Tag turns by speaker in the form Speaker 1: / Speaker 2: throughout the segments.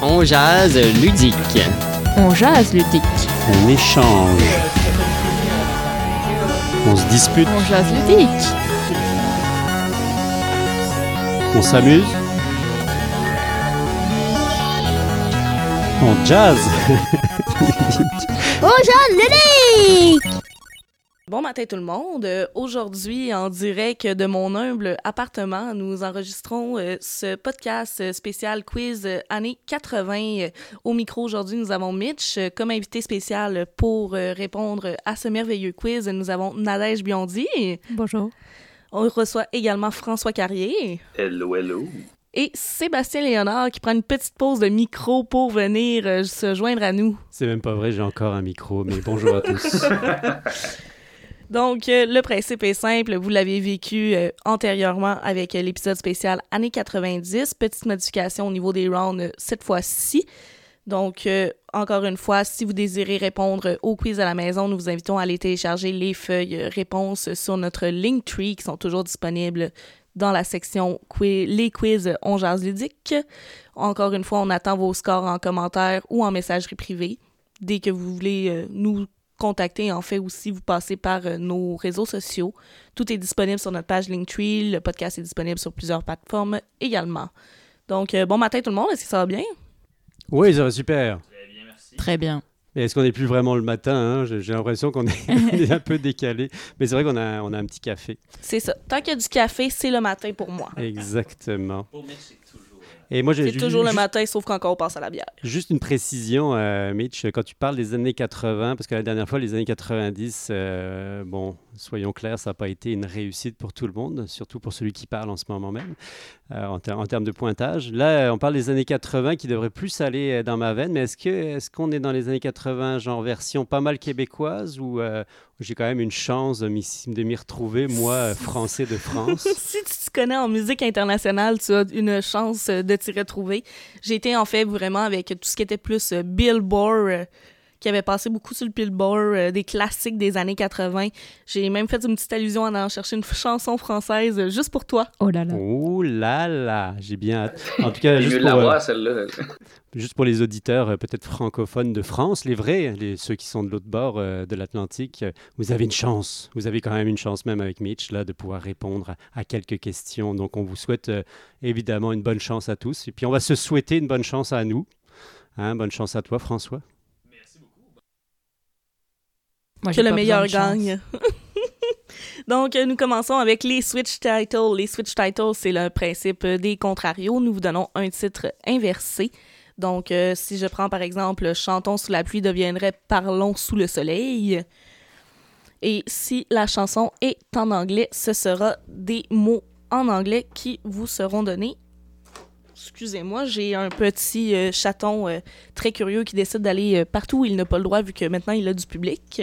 Speaker 1: On jase ludique.
Speaker 2: On jase ludique.
Speaker 3: On échange. On se dispute.
Speaker 2: On jase ludique.
Speaker 3: On s'amuse. On jazz.
Speaker 4: On jase ludique.
Speaker 5: Bon matin tout le monde. Euh, Aujourd'hui, en direct de mon humble appartement, nous enregistrons euh, ce podcast euh, spécial quiz euh, année 80. Euh, Au micro aujourd'hui, nous avons Mitch euh, comme invité spécial pour euh, répondre à ce merveilleux quiz. Nous avons Nadège Biondi.
Speaker 2: Bonjour.
Speaker 5: On reçoit également François Carrier
Speaker 6: Hello, hello.
Speaker 5: et Sébastien Léonard qui prend une petite pause de micro pour venir euh, se joindre à nous.
Speaker 3: C'est même pas vrai, j'ai encore un micro, mais bonjour à tous.
Speaker 5: Donc, euh, le principe est simple. Vous l'avez vécu euh, antérieurement avec euh, l'épisode spécial années 90. Petite modification au niveau des rounds euh, cette fois-ci. Donc, euh, encore une fois, si vous désirez répondre euh, au quiz à la maison, nous vous invitons à aller télécharger les feuilles euh, réponses sur notre Linktree qui sont toujours disponibles dans la section qui- Les quiz on jase ludique. Encore une fois, on attend vos scores en commentaire ou en messagerie privée. Dès que vous voulez euh, nous contacter, en fait, aussi, vous passez par euh, nos réseaux sociaux. Tout est disponible sur notre page Linktree. Le podcast est disponible sur plusieurs plateformes également. Donc, euh, bon matin tout le monde. Est-ce que ça va bien?
Speaker 3: oui, ça va super.
Speaker 2: Très bien.
Speaker 3: Mais est-ce qu'on n'est plus vraiment le matin hein J'ai j'ai l'impression qu'on est, on est un peu décalé. Mais c'est vrai qu'on a, on a un petit café.
Speaker 5: C'est ça. Tant qu'il y a du café, c'est le matin pour moi.
Speaker 3: Exactement. Et moi, j'ai
Speaker 5: C'est
Speaker 3: j'ai
Speaker 5: toujours le
Speaker 3: juste-
Speaker 5: matin, sauf qu'encore on passe à la bière.
Speaker 3: Juste une précision, euh, Mitch, quand tu parles des années 80, parce que la dernière fois, les années 90, euh, bon, soyons clairs, ça n'a pas été une réussite pour tout le monde, surtout pour celui qui parle en ce moment même, euh, en, ter- en termes de pointage. Là, euh, on parle des années 80 qui devraient plus aller euh, dans ma veine, mais est-ce que est-ce qu'on est dans les années 80, genre version pas mal québécoise, ou euh, j'ai quand même une chance de m'y de m'y retrouver, moi, euh, français de France
Speaker 5: si tu te connais en musique internationale, tu as une chance euh, de t'y retrouver. J'ai été en fait vraiment avec tout ce qui était plus euh, Billboard, euh, qui avait passé beaucoup sur le Billboard, euh, des classiques des années 80. J'ai même fait une petite allusion en allant chercher une f- chanson française euh, juste pour toi.
Speaker 2: Oh là là.
Speaker 3: Ouh là là, j'ai bien hâte. En tout cas,
Speaker 6: Il est
Speaker 3: juste
Speaker 6: mieux de
Speaker 3: pour, euh,
Speaker 6: l'avoir, celle-là.
Speaker 3: Juste pour les auditeurs, euh, peut-être francophones de France, les vrais, les, ceux qui sont de l'autre bord euh, de l'Atlantique, euh, vous avez une chance. Vous avez quand même une chance, même avec Mitch, là, de pouvoir répondre à, à quelques questions. Donc, on vous souhaite euh, évidemment une bonne chance à tous. Et puis, on va se souhaiter une bonne chance à nous. Hein, bonne chance à toi, François.
Speaker 2: Moi,
Speaker 5: que
Speaker 2: j'ai
Speaker 5: le
Speaker 2: pas
Speaker 5: meilleur
Speaker 2: besoin de chance.
Speaker 5: gagne. Donc, euh, nous commençons avec les Switch Titles. Les Switch Titles, c'est le principe euh, des contrarios. Nous vous donnons un titre inversé. Donc, euh, si je prends par exemple Chantons sous la pluie deviendrait Parlons sous le soleil. Et si la chanson est en anglais, ce sera des mots en anglais qui vous seront donnés. Excusez-moi, j'ai un petit euh, chaton euh, très curieux qui décide d'aller euh, partout où il n'a pas le droit vu que maintenant il a du public.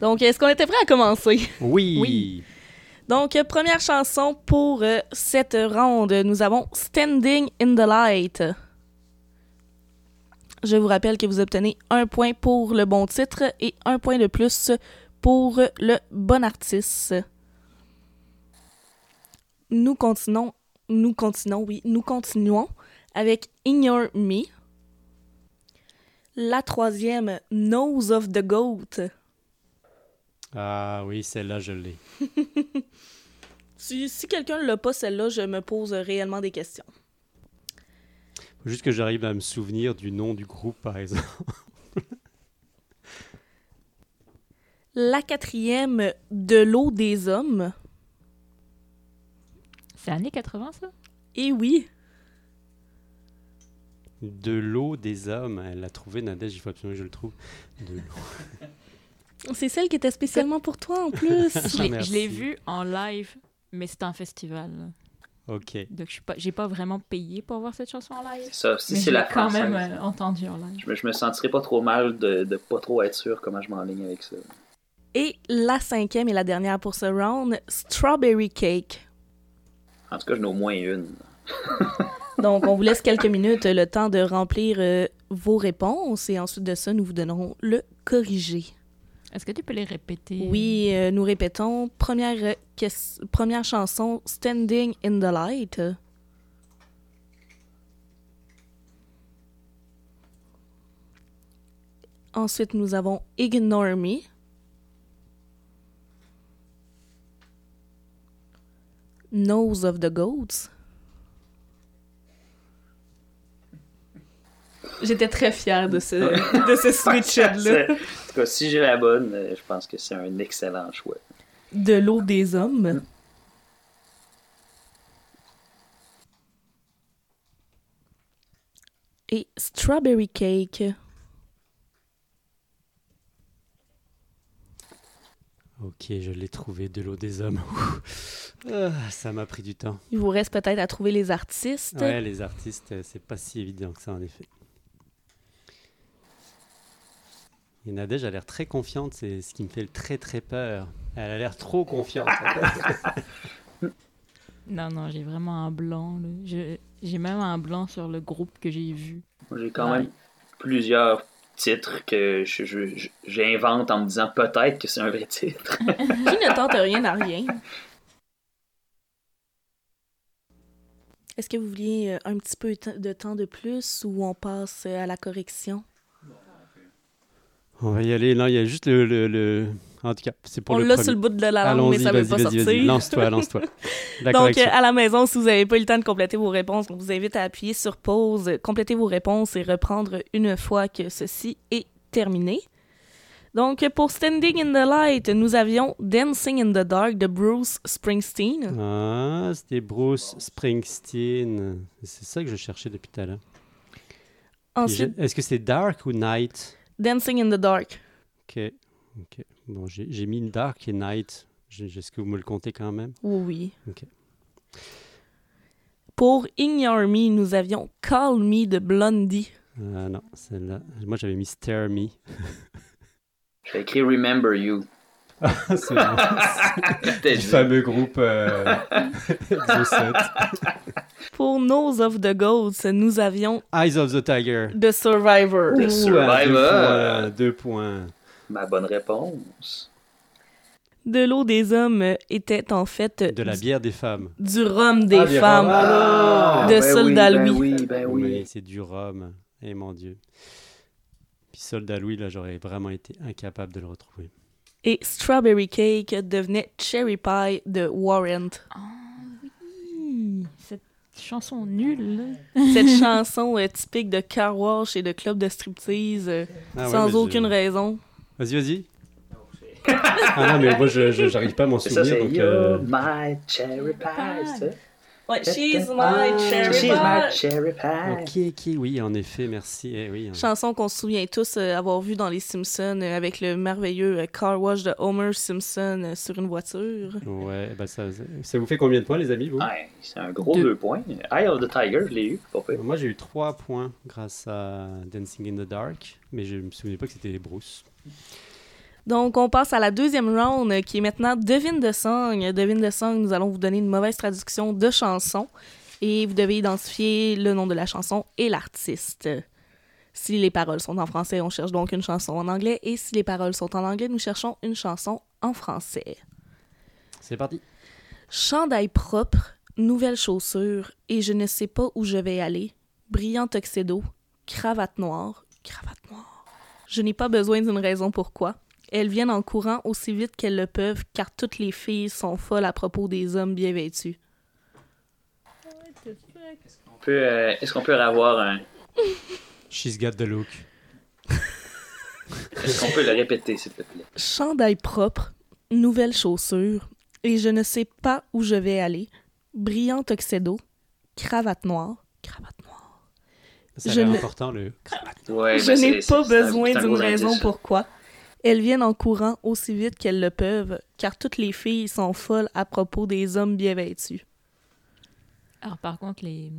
Speaker 5: Donc, est-ce qu'on était prêt à commencer?
Speaker 3: Oui.
Speaker 5: Oui. Donc, euh, première chanson pour euh, cette ronde. Nous avons Standing in the Light. Je vous rappelle que vous obtenez un point pour le bon titre et un point de plus pour le bon artiste. Nous continuons, nous continuons, oui, nous continuons avec Ignore Me. La troisième, Nose of the Goat.
Speaker 3: Ah oui, celle-là, je l'ai.
Speaker 5: Si, si quelqu'un ne l'a pas, celle-là, je me pose réellement des questions.
Speaker 3: Faut Juste que j'arrive à me souvenir du nom du groupe, par exemple.
Speaker 5: La quatrième, De l'eau des hommes.
Speaker 2: C'est années 80, ça
Speaker 6: Ah,
Speaker 5: Et Eh oui,
Speaker 3: De l'eau des hommes. Elle l'a trouvé, Nadège, il faut absolument que je le trouve. De l'eau.
Speaker 5: c'est celle qui était spécialement pour toi en plus.
Speaker 2: Je
Speaker 3: Ah,
Speaker 2: l'ai- je l'ai
Speaker 3: merci.
Speaker 2: vu en live, mais c'était un festival. là.
Speaker 3: Ok.
Speaker 2: Donc, je suis pas- j'ai pas vraiment payé pour voir cette chanson en live.
Speaker 6: C'est ça, si
Speaker 2: mais je
Speaker 6: c'est la
Speaker 2: l'ai quand
Speaker 6: France.
Speaker 2: même euh, entendue en live.
Speaker 6: Je, me- je me sentirais pas trop mal de, de pas trop être sûr comment je m'enligne avec ça.
Speaker 5: et la cinquième et la dernière pour ce round, Strawberry Cake.
Speaker 6: En tout cas, j'en ai au moins une.
Speaker 5: Donc, on vous laisse quelques minutes euh, le temps de remplir euh, vos réponses et ensuite de ça, nous vous donnerons le corrigé.
Speaker 2: Est-ce que tu peux les répéter
Speaker 5: Oui, euh, nous répétons. Première, euh, ques- première chanson, Standing in the Light. Ensuite, nous avons Ignore Me. Nose of the Goats. J'étais très fière de ce, de ce
Speaker 6: C'est-
Speaker 5: switch-là.
Speaker 6: en tout cas, si j'ai la bonne, euh, je pense que c'est un excellent choix.
Speaker 5: De l'eau des hommes. Et Strawberry Cake.
Speaker 3: Ok, je l'ai trouvé de l'eau des hommes. Ah, ça m'a pris du temps.
Speaker 5: Il vous reste peut-être à trouver les artistes.
Speaker 3: Ouais, les artistes, euh, c'est pas si évident que ça en effet. Et Nadège a l'air très confiante, c'est ce qui me fait très très peur. Elle a l'air trop confiante.
Speaker 2: Non, non, j'ai vraiment un blanc. là. Je- J'ai même un blanc sur le groupe que j'ai vu.
Speaker 6: Moi, J'ai quand
Speaker 2: Ouais.
Speaker 6: même plusieurs titres que je- je- je- j'invente en me disant peut-être que c'est un vrai titre.
Speaker 5: Qui ne tente rien à rien. Est-ce que vous vouliez euh, un petit peu te- de temps de plus ou on passe euh, à la correction?
Speaker 3: On va y aller. Non, il y a juste le. le- le- En tout cas, c'est pour
Speaker 5: on
Speaker 3: le
Speaker 5: l'a
Speaker 3: premier.
Speaker 5: sur le bout de la langue, mais
Speaker 3: Allons-y,
Speaker 5: ça ne
Speaker 3: vas-y,
Speaker 5: veut pas
Speaker 3: vas-y,
Speaker 5: sortir.
Speaker 3: vas-y. Lance-toi, lance-toi. La
Speaker 5: Donc, euh,
Speaker 3: correction.
Speaker 5: à la maison, si vous n'avez pas eu le temps de compléter vos réponses, on vous invite à appuyer sur pause, euh, compléter vos réponses et reprendre une fois que ceci est terminé. Donc, pour Standing in the Light, nous avions Dancing in the Dark de Bruce Springsteen.
Speaker 3: Ah, c'était Bruce Springsteen. C'est ça que je cherchais depuis tout à l'heure. Puis
Speaker 5: Ensuite,
Speaker 3: je- Est-ce que c'est Dark ou Night
Speaker 5: Dancing in the Dark.
Speaker 3: Ok. ok. Bon, j'ai j'ai mis Dark et Night. Je- Est-ce que vous me le comptez quand même
Speaker 5: Oui, oui.
Speaker 3: Ok.
Speaker 5: Pour Ignore Me, nous avions Call Me de Blondie.
Speaker 3: Ah non, celle-là. Moi, j'avais mis Stare Me.
Speaker 6: J'ai écrit Remember You.
Speaker 3: C'est bon.
Speaker 6: C'était
Speaker 3: du
Speaker 6: dit.
Speaker 3: fameux groupe euh, Exo 7.
Speaker 5: Pour Nose of the Goats, nous avions
Speaker 3: Eyes of the Tiger.
Speaker 5: The Survivor.
Speaker 3: euh,
Speaker 6: The
Speaker 3: Ouh,
Speaker 6: Survivor.
Speaker 3: à deux points.
Speaker 6: Ma bonne réponse.
Speaker 5: De l'eau des hommes euh, était en fait euh,
Speaker 3: De la
Speaker 5: du-
Speaker 3: bière des femmes.
Speaker 5: du rhum des
Speaker 3: Ah, des
Speaker 5: femmes.
Speaker 3: rhums. Ah,
Speaker 5: de
Speaker 6: ben
Speaker 5: Soldat
Speaker 6: oui, ben
Speaker 5: Louis.
Speaker 6: oui, ben
Speaker 3: Mais
Speaker 6: oui.
Speaker 3: C'est du rhum. Eh mon Dieu. Puis Soldat Louis, là, j'aurais vraiment été incapable de le retrouver.
Speaker 5: Et Strawberry Cake devenait Cherry Pie de Warrant.
Speaker 2: Cette chanson nulle. là.
Speaker 5: Cette chanson euh, typique de car wash et de club de striptease, euh,
Speaker 3: Ah ouais,
Speaker 5: sans
Speaker 3: mais je-
Speaker 5: aucune raison.
Speaker 3: Vas-y, vas-y. ah non, mais moi, je je- j'arrive pas à m'en
Speaker 6: C'est ça,
Speaker 3: souvenir.
Speaker 6: c'est
Speaker 3: donc,
Speaker 6: You're
Speaker 3: euh,
Speaker 6: my cherry pie. c'est ça?
Speaker 5: Ouais, she's
Speaker 6: Ah,
Speaker 5: my cherry
Speaker 6: She's my
Speaker 5: pie.
Speaker 6: cherry
Speaker 5: Ah.
Speaker 6: pie.
Speaker 3: Ok, ok, oui, en effet, merci. Eh oui, hein.
Speaker 5: Chanson qu'on se souvient tous euh, avoir vue dans Les Simpsons euh, avec le merveilleux euh, car wash de Homer Simpson euh, sur une voiture.
Speaker 3: Ouais, bah ça, ça vous fait combien de points, les amis, vous
Speaker 5: Ah.
Speaker 6: Ouais, c'est un gros
Speaker 2: Deux.
Speaker 6: deux points. Eye of the Tiger, je l'ai eu, pas pire.
Speaker 3: Moi, j'ai eu 3 points grâce à Dancing in the Dark, mais je me souvenais pas que c'était Bruce.
Speaker 5: Donc, on passe à la deuxième round euh, qui est maintenant Devine de Song. Devine de Song, nous allons vous donner une mauvaise traduction de chanson et vous devez identifier le nom de la chanson et l'artiste. Si les paroles sont en français, on cherche donc une chanson en anglais et si les paroles sont en anglais, nous cherchons une chanson en français.
Speaker 3: C'est parti.
Speaker 5: Chandail propre, nouvelles chaussures et je ne sais pas où je vais aller. Brillant tuxedo, cravate noire, cravate noire. Je n'ai pas besoin d'une raison pourquoi. Elles viennent en courant aussi vite qu'elles le peuvent car toutes les filles sont folles à propos des hommes bien vêtus.
Speaker 6: On peut, euh, Est-ce qu'on peut avoir un.
Speaker 3: She's got the look.
Speaker 6: Est-ce qu'on peut le répéter, s'il te plaît?
Speaker 5: Chandail propre, nouvelles chaussures et je ne sais pas où je vais aller. Brillant tuxedo, cravate noire, cravate noire.
Speaker 3: Ça a
Speaker 5: Je
Speaker 3: l'air
Speaker 5: ne-
Speaker 3: important, le...
Speaker 6: Ouais,
Speaker 5: Je
Speaker 6: ben,
Speaker 5: n'ai
Speaker 6: c'est-
Speaker 5: pas
Speaker 6: c'est- c'est un-
Speaker 5: besoin
Speaker 6: c'est un
Speaker 5: d'une
Speaker 6: gros
Speaker 5: raison
Speaker 6: indice, ça.
Speaker 5: pourquoi. Elles viennent en courant aussi vite qu'elles le peuvent, car toutes les filles sont folles à propos des hommes bien vêtus.
Speaker 2: Alors, par contre, les,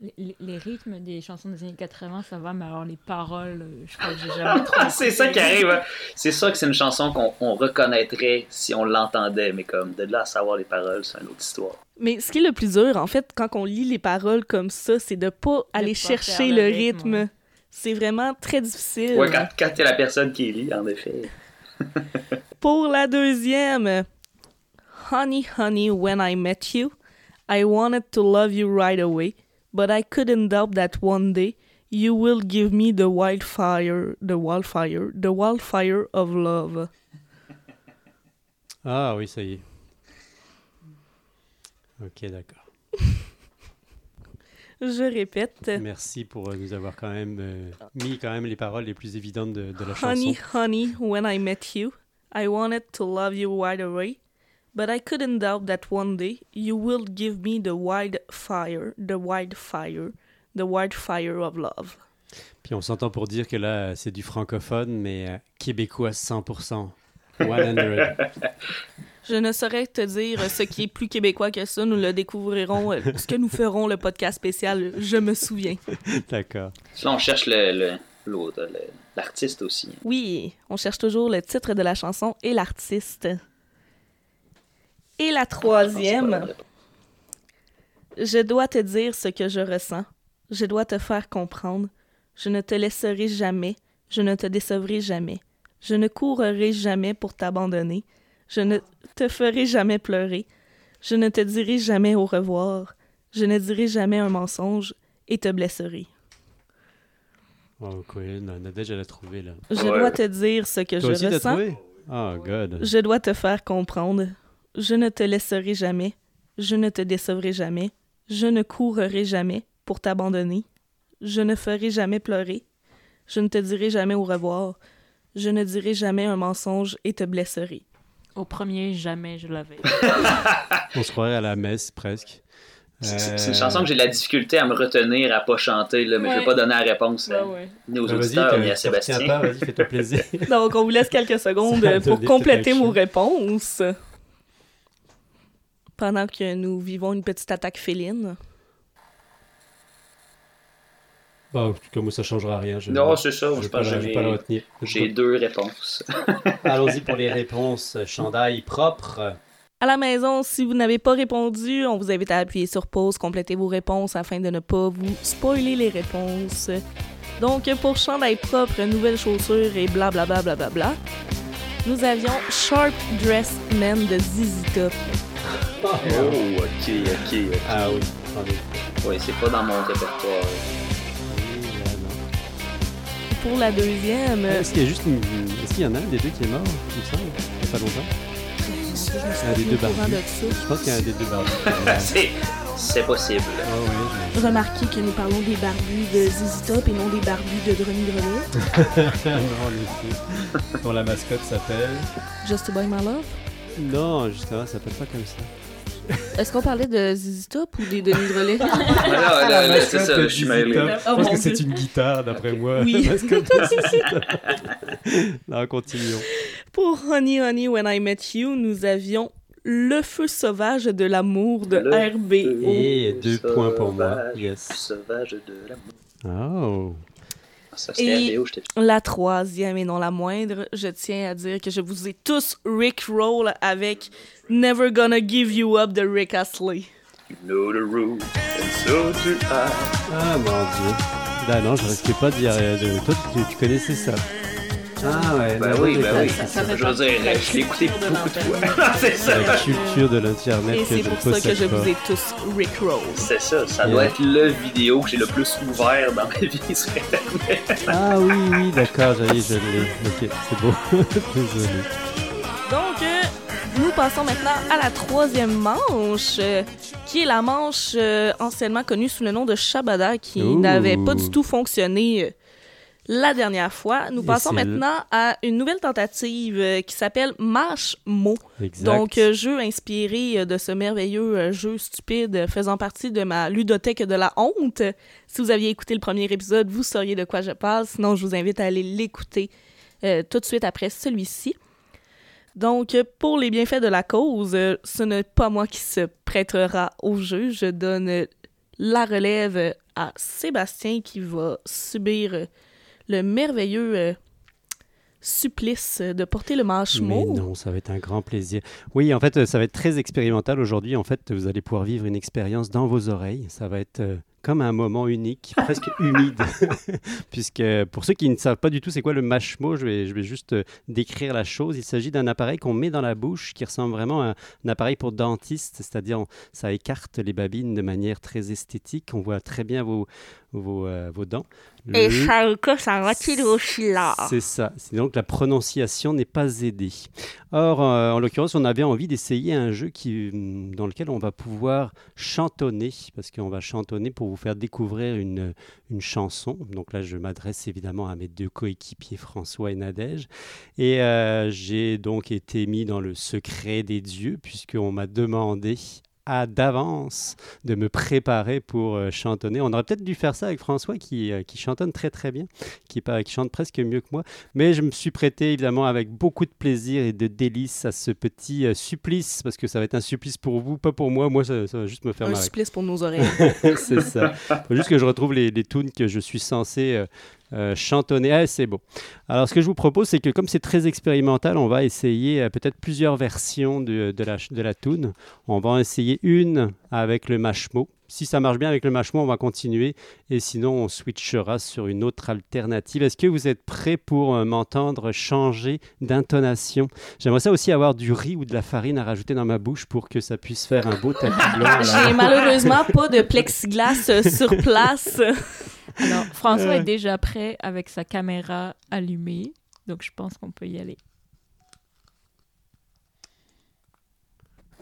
Speaker 2: les- les, les rythmes des chansons des années 80, ça va, mais alors les paroles, euh, je crois que j'ai jamais trop.
Speaker 6: Ah, c'est ça qui arrive. hein. C'est ça que c'est une chanson qu'on on reconnaîtrait si on l'entendait, mais comme de là à savoir les paroles, c'est une autre histoire.
Speaker 5: Mais ce qui est le plus dur, en fait, quand on lit les paroles comme ça, c'est de pas aller
Speaker 2: pas
Speaker 5: chercher
Speaker 2: faire
Speaker 5: le,
Speaker 2: le
Speaker 5: rythme.
Speaker 2: rythme, ouais.
Speaker 5: C'est vraiment très difficile.
Speaker 6: Ouais, quand, quand t'es la personne qui lit, en effet.
Speaker 5: Pour la deuxième, Honey, honey, when I met you, I wanted to love you right away, but I couldn't doubt that one day You will give me the wildfire, the wildfire, the wildfire of love.
Speaker 3: Ah oui, ça y est. Ok, d'accord.
Speaker 5: Je répète.
Speaker 3: Merci pour euh, nous avoir quand même euh, mis quand même les paroles les plus évidentes de, de la chanson.
Speaker 5: Honey, honey, when I met you, I wanted to love you right away, but I couldn't doubt that one day you will give me the wildfire, the wildfire, the wildfire of love.
Speaker 3: Puis on s'entend pour dire que là, c'est du francophone, mais euh, québécois 100%. 100.
Speaker 5: Je ne saurais te dire ce qui est plus québécois que ça, nous le découvrirons, euh, ce que nous ferons le podcast spécial Je me souviens.
Speaker 3: D'accord.
Speaker 6: Là, on cherche le- le- l'autre, le- l'artiste aussi.
Speaker 5: Oui, on cherche toujours le titre de la chanson et l'artiste. Et la troisième. Je dois te dire ce que je ressens. Je dois te faire comprendre. Je ne te laisserai jamais. Je ne te décevrai jamais. Je ne courrai jamais pour t'abandonner. Je ne te ferai jamais pleurer. Je ne te dirai jamais au revoir. Je ne dirai jamais un mensonge et te blesserai.
Speaker 3: Oh, quoi, non, Nadège, elle a trouvé là.
Speaker 5: Je
Speaker 6: Ouais.
Speaker 5: dois te dire ce
Speaker 3: Toi
Speaker 5: que je
Speaker 3: aussi, t'as
Speaker 5: ressens.
Speaker 3: trouvé? Oh, God.
Speaker 5: Je dois te faire comprendre. Je ne te laisserai jamais. Je ne te décevrai jamais. Je ne courrai jamais pour t'abandonner. Je ne ferai jamais pleurer. Je ne te dirai jamais au revoir. Je ne dirai jamais un mensonge et te blesserai.
Speaker 2: Au premier, jamais je l'avais.
Speaker 3: On se croirait à la messe presque.
Speaker 6: C'est- C'est c'est
Speaker 3: Euh,
Speaker 6: une chanson que j'ai de la difficulté à me retenir, à pas chanter, là, mais je vais
Speaker 2: Ouais.
Speaker 6: pas donner la réponse
Speaker 2: ouais,
Speaker 6: là,
Speaker 2: ouais.
Speaker 6: ni aux
Speaker 3: bah, vas-y,
Speaker 6: auditeurs,
Speaker 3: t'as-
Speaker 6: ni à
Speaker 3: t'as retient
Speaker 6: Sébastien.
Speaker 3: pas, Vas-y, fais-toi plaisir.
Speaker 5: Donc, on vous laisse quelques secondes
Speaker 3: Ça a
Speaker 5: pour
Speaker 3: donné
Speaker 5: compléter
Speaker 3: tout à
Speaker 5: vos
Speaker 3: chier.
Speaker 5: réponses. Pendant que nous vivons une petite attaque féline.
Speaker 3: Bah, en tout cas, moi, ça changera rien. Je,
Speaker 6: Non, c'est ça,
Speaker 3: je
Speaker 6: je
Speaker 3: vais
Speaker 6: pense
Speaker 3: pas,
Speaker 6: que
Speaker 3: la- je vais pas la Ah,
Speaker 6: j'ai-
Speaker 3: retenir.
Speaker 6: j'ai deux réponses.
Speaker 3: Allons-y pour les réponses. euh, Chandail propre.
Speaker 5: À la maison, si vous n'avez pas répondu, on vous invite à appuyer sur pause, compléter vos réponses afin de ne pas vous spoiler les réponses. Donc, pour chandail propre, nouvelles chaussures et blablabla, bla bla bla bla, nous avions Sharp Dress Man de ZZ Top.
Speaker 6: Oh, ok, ok.
Speaker 3: Ah oui, attendez.
Speaker 6: Oui, c'est pas dans mon répertoire.
Speaker 5: Pour la deuxième,
Speaker 3: Est-ce qu'il y a juste une... Est-ce qu'il y en a un des deux qui est mort, il me semble, il y a pas longtemps? Un des
Speaker 5: au
Speaker 3: Ah, deux
Speaker 5: courant
Speaker 3: barbus.
Speaker 5: de ça,
Speaker 3: Je pense qu'il y a un des deux barbus.
Speaker 6: C'est c'est possible.
Speaker 3: Ah ouais,
Speaker 4: Remarquez que nous parlons des barbus de ZZ Top et non des barbus de Drone Grenier.
Speaker 3: je Non, le fou. Dont la mascotte s'appelle...
Speaker 5: Just a Boy My Love.
Speaker 3: Non, justement, ça s'appelle pas comme ça.
Speaker 5: Est-ce qu'on parlait de ZZ Top ou des Denis Drolet?
Speaker 6: Mais
Speaker 3: Ah,
Speaker 6: là, là, là, Ah, c'est ça, je suis mêlé.
Speaker 3: Je
Speaker 5: Oh,
Speaker 3: pense
Speaker 5: mon
Speaker 3: que c'est
Speaker 5: Dieu.
Speaker 3: une guitare, d'après moi.
Speaker 5: Oui.
Speaker 3: La mascotte de ZZ Top. Non, continuons.
Speaker 5: Pour Honey Honey When I Met You, nous avions Le Feu Sauvage de l'amour de
Speaker 6: Le
Speaker 5: RBO.
Speaker 3: Et deux points pour moi.
Speaker 6: Sauvage.
Speaker 3: Yes.
Speaker 6: Sauvage de
Speaker 3: Oh.
Speaker 6: l'amour. Ça,
Speaker 5: Et-
Speaker 6: c'était Léo, j'étais
Speaker 5: La troisième et non la moindre, je tiens à dire que je vous ai tous Rick Roll avec Never Gonna Give You Up de Rick Astley.
Speaker 6: You know the rules, and so do I.
Speaker 3: Ah mon dieu. Bah non, je risquais pas de dire. euh, de- Toi, tu, tu connaissais ça. Ah ouais,
Speaker 6: Ben
Speaker 3: non,
Speaker 6: oui,
Speaker 3: je
Speaker 6: ben oui.
Speaker 3: connais
Speaker 2: Ça- ça fait
Speaker 6: Je veux
Speaker 2: partie de
Speaker 6: dire,
Speaker 2: la
Speaker 6: je l'ai écouté
Speaker 2: culture de
Speaker 6: beaucoup de
Speaker 2: l'Internet.
Speaker 6: fois. C'est ça.
Speaker 3: La culture de l'internet
Speaker 5: Et
Speaker 3: que
Speaker 5: c'est
Speaker 3: je ne
Speaker 5: pour ça que
Speaker 3: possède
Speaker 5: je
Speaker 3: pas.
Speaker 5: vous ai tous Rick Roll.
Speaker 6: C'est ça, ça
Speaker 3: Yeah.
Speaker 6: doit être le vidéo que j'ai le plus ouvert dans ma vie sur Internet.
Speaker 3: Ah oui, oui, d'accord, j'allais, je l'ai. Ok, c'est beau. Désolé.
Speaker 5: Donc, euh, nous passons maintenant à la troisième manche, euh, qui est la manche euh, anciennement connue sous le nom de Shabada, qui
Speaker 3: Ouh.
Speaker 5: n'avait pas du tout fonctionné euh, la dernière fois. Nous
Speaker 3: Et
Speaker 5: passons
Speaker 3: c'est le-
Speaker 5: maintenant à une nouvelle tentative euh, qui s'appelle Marche Mot.
Speaker 3: Exact.
Speaker 5: Donc, euh, jeu inspiré euh, de ce merveilleux euh, jeu stupide euh, faisant partie de ma ludothèque de la honte. Si vous aviez écouté le premier épisode, vous sauriez de quoi je parle. Sinon, je vous invite à aller l'écouter euh, tout de suite après celui-ci. Donc, euh, pour les bienfaits de la cause, euh, ce n'est pas moi qui se prêtera au jeu. Je donne euh, la relève euh, à Sébastien qui va subir euh, le merveilleux euh, supplice de porter le
Speaker 3: Mais
Speaker 5: mâche-mot.
Speaker 3: non, ça va être un grand plaisir. Oui, en fait, euh, ça va être très expérimental aujourd'hui. En fait, vous allez pouvoir vivre une expérience dans vos oreilles. Ça va être euh, comme un moment unique, presque humide. Puisque euh, pour ceux qui ne savent pas du tout c'est quoi le mâche-mot, je vais, je vais juste euh, décrire la chose. Il s'agit d'un appareil qu'on met dans la bouche qui ressemble vraiment à un, un appareil pour dentiste, c'est-à-dire on- ça écarte les babines de manière très esthétique. On voit très bien vos, vos, euh, vos dents.
Speaker 1: Et
Speaker 3: Le-
Speaker 1: Sharuka s'en va-t-il au chilard?
Speaker 3: c'est ça. C'est donc la prononciation n'est pas aidée. Or, euh, en l'occurrence, on avait envie d'essayer un jeu qui, hum, dans lequel on va pouvoir chantonner, parce qu'on va chantonner pour vous faire découvrir une, une chanson. Donc là, je m'adresse évidemment à mes deux coéquipiers, François et Nadège. Et euh, j'ai donc été mis dans le secret des dieux, puisqu'on m'a demandé à d'avance de me préparer pour euh, chantonner. On aurait peut-être dû faire ça avec François qui, euh, qui chantonne très très bien, qui, par- qui chante presque mieux que moi. Mais je me suis prêté évidemment avec beaucoup de plaisir et de délice à ce petit euh, supplice, parce que ça va être un supplice pour vous, pas pour moi. Moi, ça, ça va juste me faire
Speaker 5: Un
Speaker 3: marrer.
Speaker 5: supplice pour nos oreilles.
Speaker 3: c'est ça. Faut juste que je retrouve les, les tunes que je suis censé euh, euh, chantonner. Ah, c'est beau. Alors, ce que je vous propose, c'est que comme c'est très expérimental, on va essayer euh, peut-être plusieurs versions de, de la, ch- de la tune. On va en essayer une avec le machmo. Si ça marche bien avec le machmo, on va continuer. Et sinon, on switchera sur une autre alternative. Est-ce que vous êtes prêts pour euh, m'entendre changer d'intonation J'aimerais ça aussi avoir du riz ou de la farine à rajouter dans ma bouche pour que ça puisse faire un beau tapis blanc. à la-
Speaker 5: J'ai malheureusement pas de plexiglas euh, sur place.
Speaker 2: Alors, François
Speaker 3: Euh.
Speaker 2: est déjà prêt avec sa caméra allumée, donc je pense qu'on peut y aller.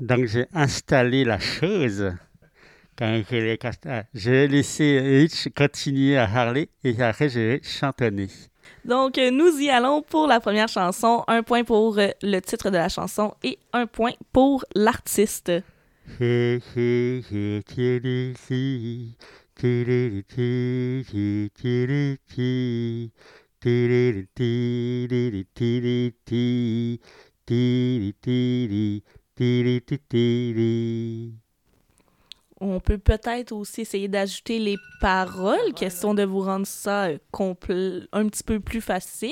Speaker 7: Donc j'ai installé la chose. Quand je l'ai cast- ah, j'ai laissé Hitch continuer à parler et après j'ai chantonné.
Speaker 5: Donc, euh, nous y allons pour la première chanson. Un point pour euh, le titre de la chanson et un point pour l'artiste.
Speaker 7: Hé, hé, hé, tiriti, tiriti, tiriti, tiriti, tiriti, tiriti, tiriti, tiriti.
Speaker 5: On peut peut-être aussi essayer d'ajouter les paroles, question de vous rendre ça euh, compl- un petit peu plus facile,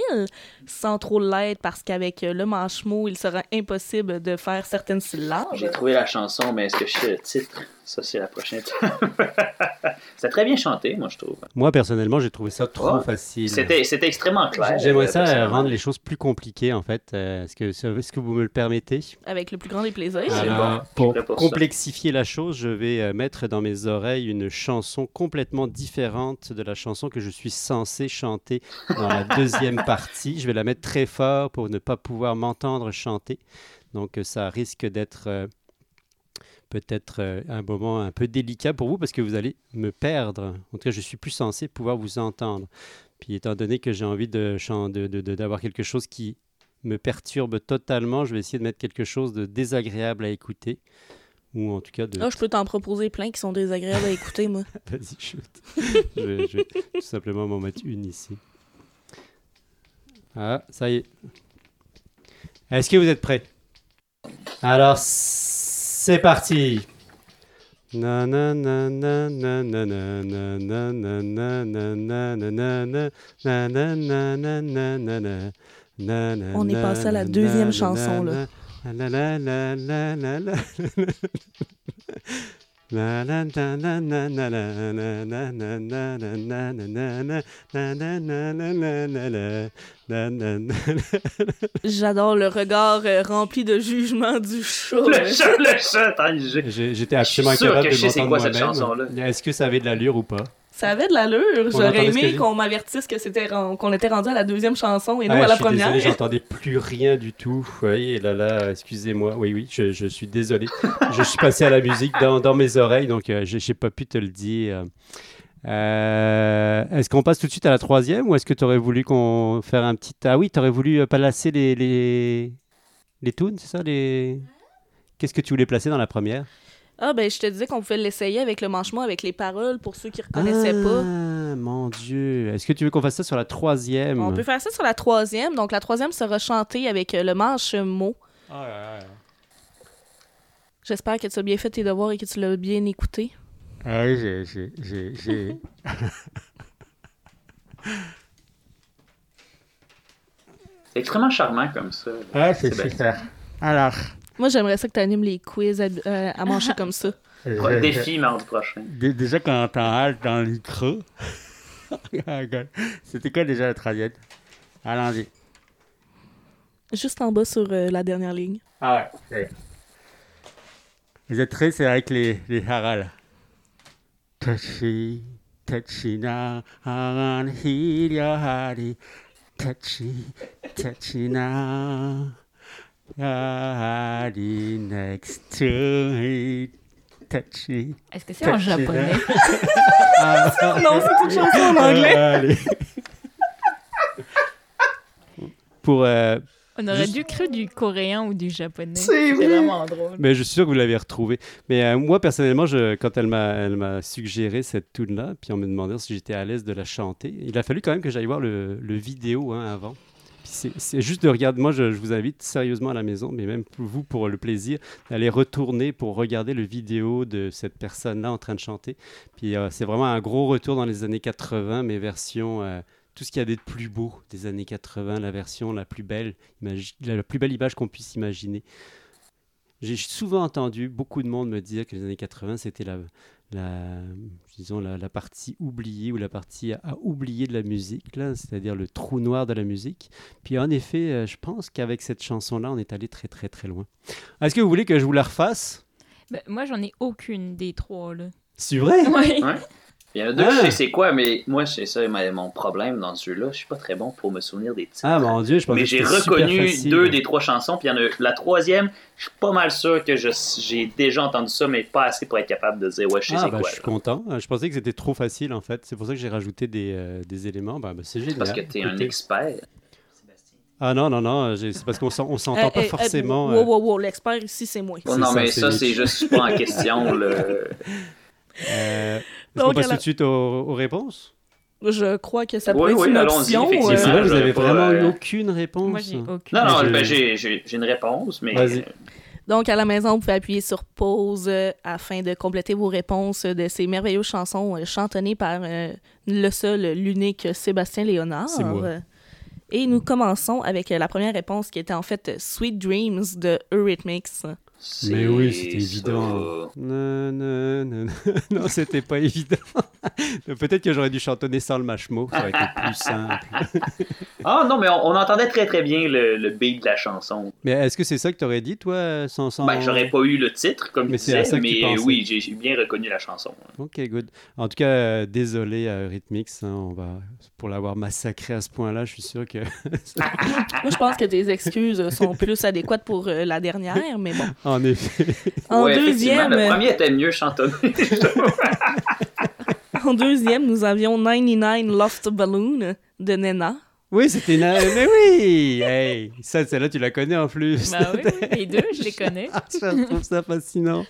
Speaker 5: sans trop l'être, parce qu'avec euh, le manchemot, il sera impossible de faire certaines syllabes.
Speaker 6: J'ai trouvé la chanson, mais est-ce que je sais le titre? Ça, c'est la prochaine. C'était très bien chanté, moi, je trouve.
Speaker 3: Moi, personnellement, j'ai trouvé ça trop
Speaker 6: Ouais.
Speaker 3: facile.
Speaker 6: C'était c'était extrêmement clair.
Speaker 3: J'aimerais
Speaker 6: euh,
Speaker 3: ça euh,
Speaker 6: personnellement.
Speaker 3: rendre les choses plus compliquées, en fait. Euh, Est-ce que, est-ce que vous me le permettez
Speaker 5: Avec le plus grand des plaisirs.
Speaker 6: Ah,
Speaker 3: Alors,
Speaker 6: bon, je suis
Speaker 3: pour,
Speaker 6: prêt pour ça.
Speaker 3: complexifier la chose, je vais euh, mettre dans mes oreilles une chanson complètement différente de la chanson que je suis censé chanter dans la deuxième partie. Je vais la mettre très fort pour ne pas pouvoir m'entendre chanter. Donc euh, ça risque d'être euh, peut-être euh, un moment un peu délicat pour vous parce que vous allez me perdre. En tout cas, je suis plus censé pouvoir vous entendre. Puis étant donné que j'ai envie de chan- de- de- de- d'avoir quelque chose qui me perturbe totalement, je vais essayer de mettre quelque chose de désagréable à écouter. Ou en tout cas de...
Speaker 5: Là, Ah, je peux t'en proposer plein qui sont désagréables à écouter, moi.
Speaker 3: Vas-y, shoot. je, vais, je vais tout simplement m'en mettre une ici. Ah, ça y est. Est-ce que vous êtes prêts Alors, c'est parti Na na na na na na na na na na na na na na na na na na na na na na na na na
Speaker 5: On est
Speaker 3: na
Speaker 5: passé à la
Speaker 3: na
Speaker 5: deuxième
Speaker 3: na
Speaker 5: chanson,
Speaker 3: na
Speaker 5: là.
Speaker 3: na na na na na na Na na na na na na na na na na na na na na na na na na na na na na na na na na.
Speaker 5: J'adore le regard euh, rempli de jugement du chat.
Speaker 6: Le chat, le chat, attends, j'ai-
Speaker 3: J'ai- J'étais
Speaker 6: Je suis
Speaker 3: absolument
Speaker 6: sûr
Speaker 3: incapable
Speaker 6: que
Speaker 3: de
Speaker 6: je sais c'est
Speaker 3: m'entendre
Speaker 6: quoi cette
Speaker 3: moi-même.
Speaker 6: chanson-là.
Speaker 3: Est-ce que ça avait de l'allure ou pas
Speaker 5: Ça avait de l'allure. J'aurais
Speaker 3: entendait ce que
Speaker 5: aimé
Speaker 3: j'ai-
Speaker 5: qu'on m'avertisse que c'était ren- qu'on était rendu à la deuxième chanson et non
Speaker 3: Ah,
Speaker 5: à la
Speaker 3: je suis
Speaker 5: première.
Speaker 3: désolé, j'entendais plus rien du tout. Oui, là là, excusez-moi. Oui, oui, je, je suis désolé. je suis passé à la musique dans, dans mes oreilles, donc euh, j'ai j'ai pas pu te le dire. Euh, est-ce qu'on passe tout de suite à la troisième ou est-ce que tu aurais voulu qu'on faire un petit... Ah oui, tu aurais voulu euh, placer les, les, les tunes, c'est ça les... Qu'est-ce que tu voulais placer dans la première
Speaker 5: Ah ben je te disais qu'on pouvait l'essayer avec le manchement, avec les paroles pour ceux qui reconnaissaient pas.
Speaker 3: Ah, mon Dieu. Est-ce que tu veux qu'on fasse ça sur la troisième
Speaker 5: On peut faire ça sur la troisième. Donc la troisième sera chantée avec euh, le manche mot. J'espère que tu as bien fait tes devoirs et que tu l'as bien écouté.
Speaker 7: Ah oui, j'ai- j'ai- j'ai- j'ai.
Speaker 6: C'est extrêmement charmant comme ça.
Speaker 7: Ah, c'est
Speaker 6: C'est bien.
Speaker 7: super. Alors,
Speaker 5: Moi j'aimerais ça que tu animes les quiz à, euh, à mancher comme ça.
Speaker 6: Pro-
Speaker 7: je- je-
Speaker 6: Défi mardi prochain.
Speaker 7: Dé- Déjà, quand on entend Halt dans le micro. C'était quoi déjà la traduite Allons-y.
Speaker 5: Juste en bas sur euh, la dernière ligne.
Speaker 7: Ah ouais. Les attraits, c'est avec les, les harals. Touchy, touchy now on heal your hearty. Touchy, touchy now. Your hearty next to it. Touchy.
Speaker 2: Est-ce que c'est en
Speaker 7: Touchy
Speaker 2: japonais?
Speaker 5: Non, c'est une chanson en anglais.
Speaker 7: Allez.
Speaker 3: Pour, euh,
Speaker 2: On aurait
Speaker 3: Juste-
Speaker 2: dû cru du coréen ou du japonais. C'était
Speaker 6: C'est vrai.
Speaker 2: vraiment drôle.
Speaker 3: mais je suis sûr que vous l'avez retrouvé. Mais euh, moi, personnellement, je, quand elle m'a, elle m'a suggéré cette tune-là, puis on me demandait si j'étais à l'aise de la chanter, il a fallu quand même que j'aille voir le, le vidéo hein, avant. Puis c'est, c'est juste de regarder. Moi, je, je vous invite sérieusement à la maison, mais même pour vous, pour le plaisir, d'aller retourner pour regarder le vidéo de cette personne-là en train de chanter. Puis euh, c'est vraiment un gros retour dans les années 80, mais version. euh, tout ce qu'il y avait de plus beau des années 80, la version la plus belle, imagi- la la plus belle image qu'on puisse imaginer. J'ai souvent entendu beaucoup de monde me dire que les années 80, c'était la, la, disons, la, la partie oubliée ou la partie à, à oublier de la musique, là, c'est-à-dire le trou noir de la musique. Puis en effet, euh, je pense qu'avec cette chanson-là, on est allé très très très loin. Est-ce que vous voulez que je vous la refasse
Speaker 2: Ben, moi, j'en ai aucune des trois, là.
Speaker 3: C'est vrai
Speaker 2: Ouais.
Speaker 6: Il y en a deux
Speaker 3: Ah.
Speaker 6: que je sais c'est quoi, mais moi, c'est ça ma- mon problème dans celui là Je suis pas très bon pour me souvenir des titres.
Speaker 3: Ah mon dieu, je pense
Speaker 6: mais
Speaker 3: que
Speaker 6: j'ai
Speaker 3: c'était super
Speaker 6: reconnu
Speaker 3: facile.
Speaker 6: deux des trois chansons, puis il y en a la troisième, je suis pas mal sûr que je- j'ai déjà entendu ça, mais pas assez pour être capable de dire ouais, je sais
Speaker 3: Ah,
Speaker 6: c'est
Speaker 3: bah,
Speaker 6: quoi.
Speaker 3: je suis
Speaker 6: là.
Speaker 3: content. Euh, Je pensais que c'était trop facile en fait. C'est pour ça que j'ai rajouté des, euh, des éléments. Bah, bah, c'est génial.
Speaker 6: Parce que t'es un
Speaker 3: Écoutez.
Speaker 6: expert.
Speaker 3: Ah non, non, non, j'ai- c'est parce qu'on s'en- on
Speaker 5: Euh,
Speaker 3: s'entend pas
Speaker 5: euh, euh,
Speaker 3: forcément.
Speaker 5: wow,
Speaker 3: euh,
Speaker 5: wow, wow, l'expert ici, c'est moi.
Speaker 6: Oh,
Speaker 3: C'est
Speaker 6: non,
Speaker 3: ça,
Speaker 6: mais
Speaker 3: c'est
Speaker 6: ça,
Speaker 3: Mitch.
Speaker 6: c'est juste pas en question. là.
Speaker 3: euh, Est-ce qu'on
Speaker 5: Donc,
Speaker 3: passe
Speaker 5: elle
Speaker 3: tout
Speaker 5: a-
Speaker 3: de suite aux, aux réponses
Speaker 5: Je crois que ça peut
Speaker 6: Oui,
Speaker 5: être
Speaker 6: oui,
Speaker 5: une
Speaker 6: allons-y,
Speaker 5: option.
Speaker 6: effectivement.
Speaker 3: Mais
Speaker 6: Ouais.
Speaker 3: c'est vrai, vous
Speaker 6: J'avais
Speaker 3: avez
Speaker 6: pas,
Speaker 3: vraiment eu
Speaker 6: euh,
Speaker 3: aucune réponse.
Speaker 2: Moi, j'ai aucune.
Speaker 6: Non, non,
Speaker 3: Mais je-
Speaker 6: ben, j'ai j'ai- j'ai une réponse, mais.
Speaker 3: Vas-y.
Speaker 5: Donc, à la maison, vous pouvez appuyer sur pause euh, afin de compléter vos réponses de ces merveilleuses chansons euh, chantonnées par euh, le seul, l'unique Sébastien Léonard.
Speaker 3: C'est moi.
Speaker 5: Euh, Et nous commençons avec euh, la première réponse qui était en fait euh, Sweet Dreams de Eurythmics.
Speaker 6: c'est
Speaker 3: Mais oui, c'était
Speaker 6: ça.
Speaker 3: évident. Non, non, non, non, non, c'était pas évident. Peut-être que j'aurais dû chantonner sans le mâchemot. Ça aurait été plus simple.
Speaker 6: Ah non, mais on, on entendait très très bien le, le beat de la chanson.
Speaker 3: Mais est-ce que c'est ça que t'aurais dit, toi, euh, sans. sans...
Speaker 6: Ben, j'aurais pas eu le titre, comme
Speaker 3: Mais
Speaker 6: tu
Speaker 3: c'est à
Speaker 6: disais,
Speaker 3: ça que tu
Speaker 6: mais
Speaker 3: pensais.
Speaker 6: oui, j'ai j'ai bien reconnu la chanson.
Speaker 3: Ok, good. En tout cas, euh, désolé à Rhythmix, hein, on va pour l'avoir massacré à ce point-là. Je suis sûr que
Speaker 5: Moi, je pense que tes excuses euh, sont plus adéquates pour euh, la dernière, mais bon.
Speaker 3: en effet.
Speaker 5: En,
Speaker 6: Ouais, effectivement,
Speaker 5: deuxième,
Speaker 6: Le
Speaker 5: euh,
Speaker 6: premier était mieux chantonné.
Speaker 5: en deuxième, nous avions 99 Loft Balloon de Nena.
Speaker 3: Oui, c'était une... mais oui. Hey, ça, celle-là, tu la connais en plus.
Speaker 2: Bah oui, les deux, je les connais.
Speaker 3: Ah, je trouve ça fascinant.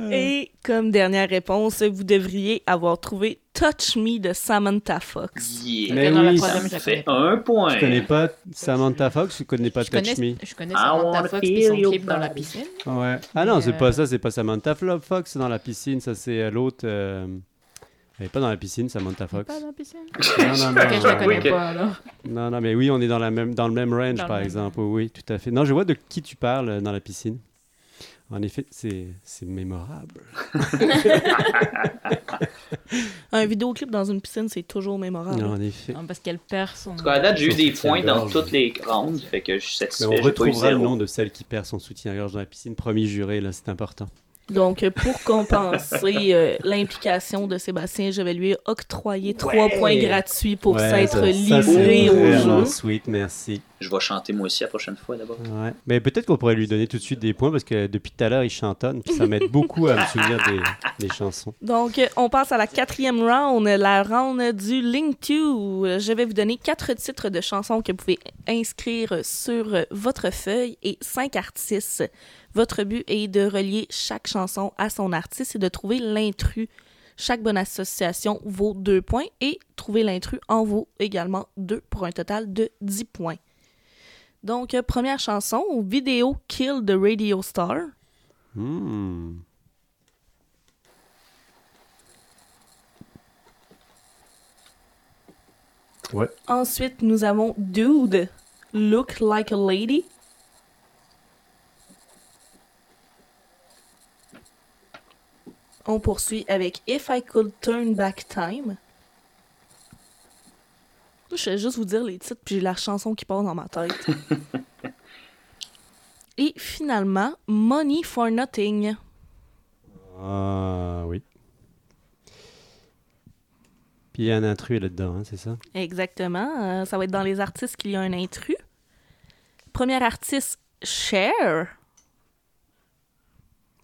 Speaker 3: Mm.
Speaker 5: Et comme dernière réponse, vous devriez avoir trouvé Touch Me de Samantha Fox.
Speaker 6: Yeah.
Speaker 3: Mais
Speaker 2: Que dans la
Speaker 3: oui,
Speaker 6: ça
Speaker 2: troisième,
Speaker 6: me
Speaker 2: je la
Speaker 6: fait
Speaker 2: connais pas.
Speaker 6: un point.
Speaker 3: Je connais pas Samantha Fox, je connais pas
Speaker 2: je
Speaker 3: Touch
Speaker 2: connais,
Speaker 3: Me.
Speaker 2: je connais
Speaker 6: I
Speaker 2: Samantha
Speaker 6: wanna
Speaker 2: Fox et son
Speaker 6: feel your
Speaker 2: clip dans la
Speaker 6: body.
Speaker 2: piscine.
Speaker 3: Ouais. Ah non,
Speaker 2: Mais,
Speaker 3: c'est
Speaker 2: euh,
Speaker 3: pas ça, c'est pas Samantha Flo- Fox c'est dans la piscine, ça c'est euh, l'autre. euh, Elle est pas dans la piscine, Samantha Fox.
Speaker 2: Pas dans la piscine. Ok,
Speaker 3: Non, non, non,
Speaker 2: je la
Speaker 3: non,
Speaker 2: connais
Speaker 3: non.
Speaker 6: que-
Speaker 2: pas, alors.
Speaker 3: Non, non, mais oui, on est dans, la même, dans le même range,
Speaker 2: Dans le
Speaker 3: par
Speaker 2: même-
Speaker 3: exemple. Oui, tout à fait. Non, je vois de qui tu parles euh, dans la piscine. En effet, c'est c'est mémorable.
Speaker 5: Un vidéoclip dans une piscine, c'est toujours mémorable.
Speaker 3: Non, en effet.
Speaker 2: Non, parce qu'elle perd son...
Speaker 6: En tout cas, à date, j'ai eu
Speaker 3: Sauf
Speaker 6: des
Speaker 3: que
Speaker 6: points
Speaker 3: c'est
Speaker 6: dans
Speaker 3: gorge.
Speaker 6: toutes les rounds, fait que je suis
Speaker 3: Mais
Speaker 6: satisfait.
Speaker 3: on
Speaker 6: j'ai pas eu
Speaker 3: retrouvera le
Speaker 6: zéro.
Speaker 3: nom de celle qui perd son soutien-gorge dans la piscine, promis juré, là, c'est important.
Speaker 5: Donc, euh, pour compenser euh, l'implication de Sébastien, je vais lui octroyer trois points gratuits pour
Speaker 3: Ouais,
Speaker 5: s'être
Speaker 3: ça- ça,
Speaker 5: livré
Speaker 3: c'est
Speaker 5: au
Speaker 3: vraiment
Speaker 5: jeu.
Speaker 3: Sweet, merci.
Speaker 6: Je vais chanter moi aussi la prochaine fois d'abord.
Speaker 3: Ouais. Mais peut-être qu'on pourrait lui donner tout de suite des points parce que depuis tout à l'heure, il chantonne. Puis ça m'aide beaucoup à me souvenir des, des chansons.
Speaker 5: Donc, euh, on passe à la quatrième round, la round du Link to. Euh, Je vais vous donner quatre titres de chansons que vous pouvez inscrire sur euh, votre feuille et cinq artistes. Votre but est de relier chaque chanson à son artiste et de trouver l'intrus. Chaque bonne association vaut deux points et trouver l'intrus en vaut également deux pour un total de 10 points. Donc, euh, première chanson, vidéo Kill the Radio Star.
Speaker 3: Hmm.
Speaker 5: Ensuite, nous avons Dude, Look Like a Lady. On poursuit avec If I Could Turn Back Time. Je vais juste vous dire les titres, puis j'ai la chanson qui part dans ma tête. Et finalement, Money for Nothing.
Speaker 3: Ah oui. Puis il y a un intrus là-dedans, hein, c'est ça?
Speaker 5: Exactement. Euh, ça va être dans les artistes qu'il y a un intrus. Premier artiste, Cher.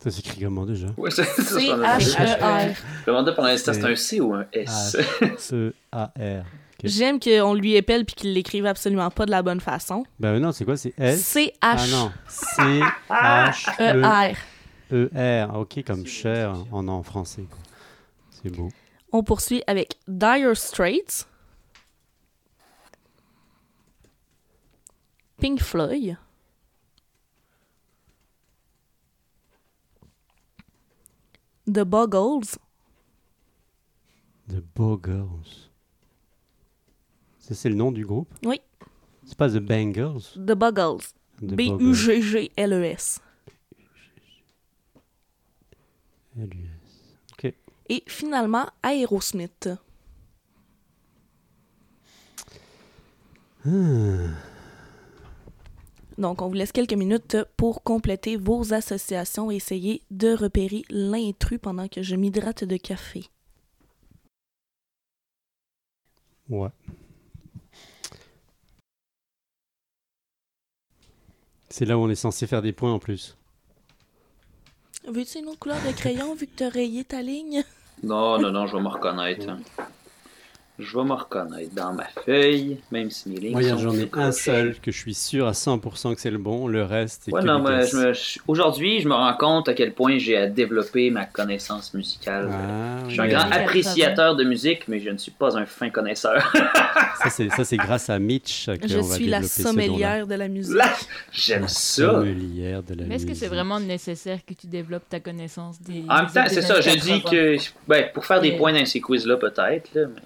Speaker 3: Ça s'écrit comment déjà?
Speaker 6: Ouais, c'est ça, je me
Speaker 2: E.
Speaker 6: demandais.
Speaker 5: C-H-E-R.
Speaker 6: Je me demandais pour l'instant, c'est un C ou un
Speaker 3: E.
Speaker 6: S?
Speaker 3: S-E-A-R.
Speaker 5: J'aime qu'on lui épelle puis qu'il l'écrive absolument pas de la bonne façon.
Speaker 3: Ben non, c'est quoi? C'est S? Ah non,
Speaker 5: C-H-E-R. E,
Speaker 3: C-H-E-R. E, Ok, comme cher en, en français. quoi. C'est beau.
Speaker 5: On poursuit avec Dire Straits. Pink Floyd. The Buggles.
Speaker 3: The Bogos. Ça, c'est le nom du groupe?
Speaker 5: Oui.
Speaker 3: C'est pas The Bangles?
Speaker 5: The Buggles.
Speaker 3: The Bogos. euh,
Speaker 5: B-U-G-G-L-E-S.
Speaker 3: L-U-S.
Speaker 5: Et finalement, Aerosmith.
Speaker 3: Ah.
Speaker 5: Donc, on vous laisse quelques minutes pour compléter vos associations et essayer de repérer l'intrus pendant que je m'hydrate de café.
Speaker 3: Ouais. C'est là où on est censé faire des points en plus.
Speaker 5: Veux-tu une autre couleur de crayon vu que t'as rayé ta ligne?
Speaker 6: Non, non, non, je vais me reconnaître. hein. Je vais me reconnaître dans ma feuille, même si mes lignes
Speaker 3: Moi,
Speaker 6: sont
Speaker 3: j'en ai
Speaker 6: plus
Speaker 3: un
Speaker 6: crochées.
Speaker 3: seul que je suis sûr à 100% que c'est le bon. Le reste, c'est
Speaker 6: Ouais,
Speaker 3: que
Speaker 6: non,
Speaker 3: du
Speaker 6: mais
Speaker 3: guess.
Speaker 6: je me- je- aujourd'hui, je me rends compte à quel point j'ai à développer ma connaissance musicale.
Speaker 3: Ah,
Speaker 6: Je suis un
Speaker 3: oui.
Speaker 6: grand
Speaker 2: Musique,
Speaker 6: appréciateur de musique, mais je ne suis pas un fin connaisseur.
Speaker 3: Ça, c'est, ça, c'est grâce à Mitch que
Speaker 5: Je
Speaker 3: on va
Speaker 5: suis la
Speaker 3: développer ce don-là.
Speaker 5: sommelière de la musique.
Speaker 6: Là,
Speaker 3: Ah,
Speaker 6: J'aime ça.
Speaker 3: Sommelière de la
Speaker 2: Mais est-ce que c'est
Speaker 3: musique.
Speaker 2: vraiment nécessaire que tu développes ta connaissance des.
Speaker 6: En même temps,
Speaker 2: des
Speaker 6: c'est ça, j'ai
Speaker 2: années 80?
Speaker 6: dit que ben, pour faire des
Speaker 2: Et-
Speaker 6: points dans ces quiz-là, peut-être, là, mais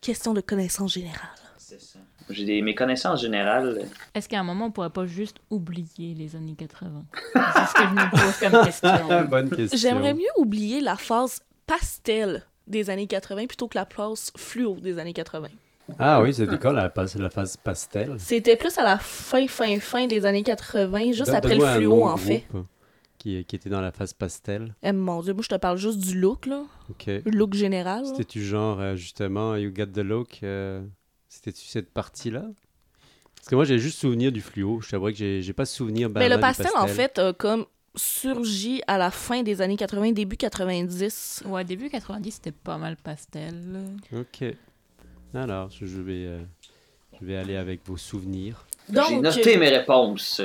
Speaker 5: Question de connaissance générale.
Speaker 6: c'est ça. J'ai des- mes connaissances générales. là.
Speaker 2: Est-ce qu'à un moment, on pourrait pas juste oublier les années 80 C'est ce que je me pose comme
Speaker 3: Ah,
Speaker 2: question.
Speaker 3: bonne question.
Speaker 5: J'aimerais mieux oublier la phase pastel des années 80 plutôt que la phase fluo des années 80.
Speaker 3: Ah oui, ça décolle à la, phase- la phase pastel.
Speaker 5: C'était plus à la fin, fin, fin des années 80, juste
Speaker 3: Don-
Speaker 5: après le
Speaker 3: donne-moi un
Speaker 5: fluo,
Speaker 3: nom
Speaker 5: en
Speaker 3: de
Speaker 5: fait.
Speaker 3: groupe Qui, qui était dans la phase pastel.
Speaker 5: Eh, mon Dieu, moi, je te parle juste du look, là.
Speaker 3: Ok.
Speaker 5: Le look général. là.
Speaker 3: C'était-tu genre, euh, justement, You Got the Look euh, C'était-tu cette partie-là Parce que moi, j'ai juste souvenir du fluo. Je t'avoue que j'ai, j'ai pas souvenir.
Speaker 5: Mais
Speaker 3: barré
Speaker 5: le
Speaker 3: du
Speaker 5: pastel, en fait, a comme surgi à la fin des années 80, début 90.
Speaker 2: Ouais, début 90, c'était pas mal pastel.
Speaker 3: Ok. Alors, je, je vais, euh, je vais aller avec vos souvenirs.
Speaker 6: J'ai
Speaker 5: Donc, euh,
Speaker 6: noté mes réponses.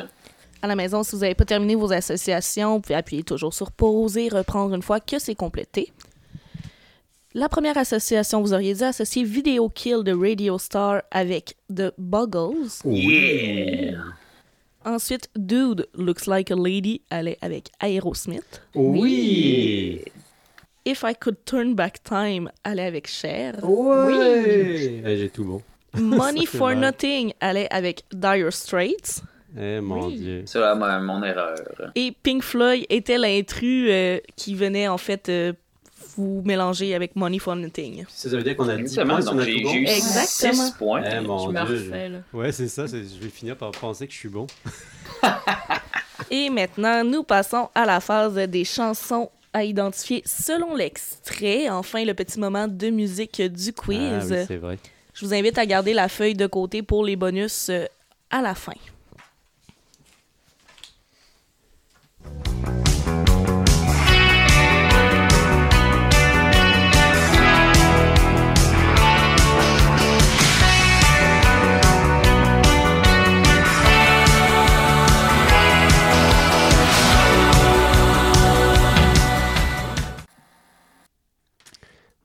Speaker 5: à la maison, si vous n'avez pas terminé vos associations, vous pouvez appuyer toujours sur pause et reprendre une fois que c'est complété. La première association, vous auriez dû associer Video Kill de Radio Star avec The Buggles.
Speaker 6: Yeah!
Speaker 5: Ensuite, Dude Looks Like a Lady allait avec Aerosmith.
Speaker 3: Oui
Speaker 5: If I Could Turn Back Time allait avec Cher.
Speaker 3: Oui Eh, J'ai tout bon.
Speaker 5: Money
Speaker 3: Ça, c'est
Speaker 5: for
Speaker 3: vrai.
Speaker 5: Nothing allait avec Dire Straits.
Speaker 3: Eh mon dieu.
Speaker 6: C'est là ma- mon erreur.
Speaker 5: Et Pink Floyd était l'intrus euh, qui venait en fait euh, vous mélanger avec Money for Nothing.
Speaker 3: Ça, veut dire qu'on a 10
Speaker 6: Exactement,
Speaker 3: points,
Speaker 6: donc j'ai j'ai eu
Speaker 5: Exactement.
Speaker 6: 6 points.
Speaker 3: Eh mon
Speaker 2: je me
Speaker 3: dieu.
Speaker 2: refais, là.
Speaker 3: Ouais, c'est ça, c'est- je vais finir par penser que je suis bon.
Speaker 5: Et maintenant, nous passons à la phase des chansons à identifier selon l'extrait. Enfin, le petit moment de musique du
Speaker 3: Ah
Speaker 5: quiz.
Speaker 3: oui, c'est vrai.
Speaker 5: Je vous invite à garder la feuille de côté pour les bonus euh, à la fin.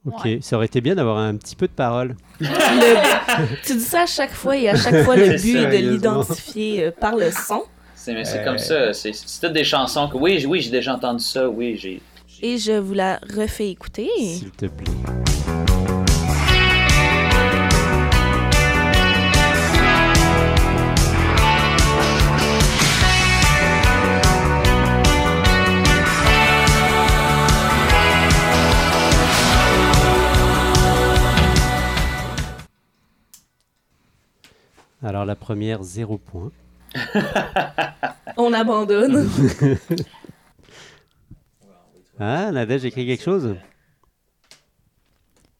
Speaker 3: Ok, ça aurait été bien d'avoir un petit peu de parole.
Speaker 5: Le- tu dis ça à chaque fois et à chaque fois le but est de
Speaker 3: Sérieusement.
Speaker 5: l'identifier euh, par le son.
Speaker 6: C'est mais c'est comme ça. C'est c'est toutes des chansons que. Oui, j'ai- oui j'ai déjà entendu ça. Oui, j'ai.
Speaker 5: Et je vous la refais écouter.
Speaker 3: S'il te plaît. Alors la première, zéro point.
Speaker 5: On abandonne.
Speaker 3: Ah, Nadège écrit quelque chose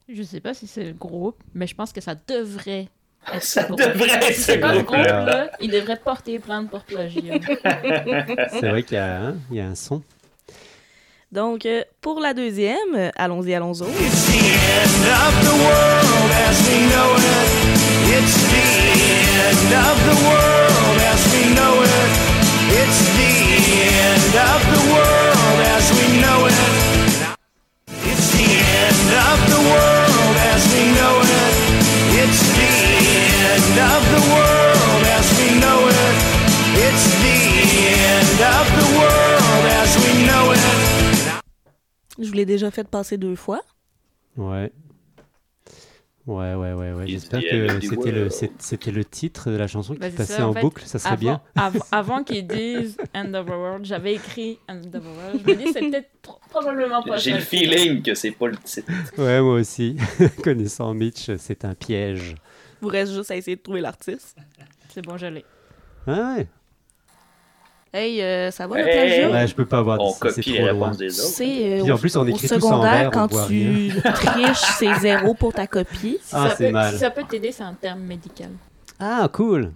Speaker 2: Je sais pas si c'est le groupe, mais je pense que ça devrait être
Speaker 6: Ça
Speaker 2: ce groupe.
Speaker 6: devrait être
Speaker 2: Si
Speaker 6: ce
Speaker 2: c'est pas le
Speaker 6: groupe.
Speaker 2: groupe, là, il devrait porter plainte pour plagiat.
Speaker 3: C'est vrai qu'il y, a, hein, il y a un son.
Speaker 5: Donc, euh, pour la deuxième, euh, allons-y, allons-y. Je vous l'ai déjà fait passer deux fois.
Speaker 3: Ouais. Ouais, ouais, ouais, ouais.
Speaker 6: Il
Speaker 3: J'espère
Speaker 6: dit,
Speaker 3: que
Speaker 6: elle dit,
Speaker 3: c'était le,
Speaker 6: wow.
Speaker 3: c'est- c'était le titre de la chanson qui
Speaker 2: Ben, c'est
Speaker 3: passait
Speaker 2: ça, en
Speaker 3: en
Speaker 2: fait,
Speaker 3: boucle. Ça serait
Speaker 2: avant,
Speaker 3: bien.
Speaker 2: av- avant qu'ils disent End of the World, j'avais écrit End of the World. Je me dis, c'est peut-être tro- probablement pas
Speaker 6: J'ai
Speaker 2: ça.
Speaker 6: le feeling que c'est pas le titre.
Speaker 3: Ouais, moi aussi. Connaissant Mitch, c'est un piège.
Speaker 5: Vous reste juste à essayer de trouver l'artiste.
Speaker 2: C'est bon, je l'ai.
Speaker 3: Ah ouais.
Speaker 5: Hey, euh, ça va le
Speaker 6: Hey,
Speaker 5: plagiat?
Speaker 3: Ouais, je peux pas avoir dit
Speaker 6: On
Speaker 3: ça, c'est
Speaker 6: copie les
Speaker 3: trop loin.
Speaker 6: réponses des autres.
Speaker 5: C'est euh,
Speaker 3: Puis en
Speaker 5: au-
Speaker 3: plus, on
Speaker 5: au
Speaker 3: écrit tous en
Speaker 5: secondaire
Speaker 3: vert, on
Speaker 5: quand
Speaker 3: voit rien.
Speaker 5: tu triches, c'est zéro pour ta copie.
Speaker 2: Si,
Speaker 3: Ah,
Speaker 2: ça,
Speaker 3: c'est
Speaker 2: peut,
Speaker 3: mal.
Speaker 2: si ça peut t'aider, c'est un terme médical.
Speaker 3: Ah, cool.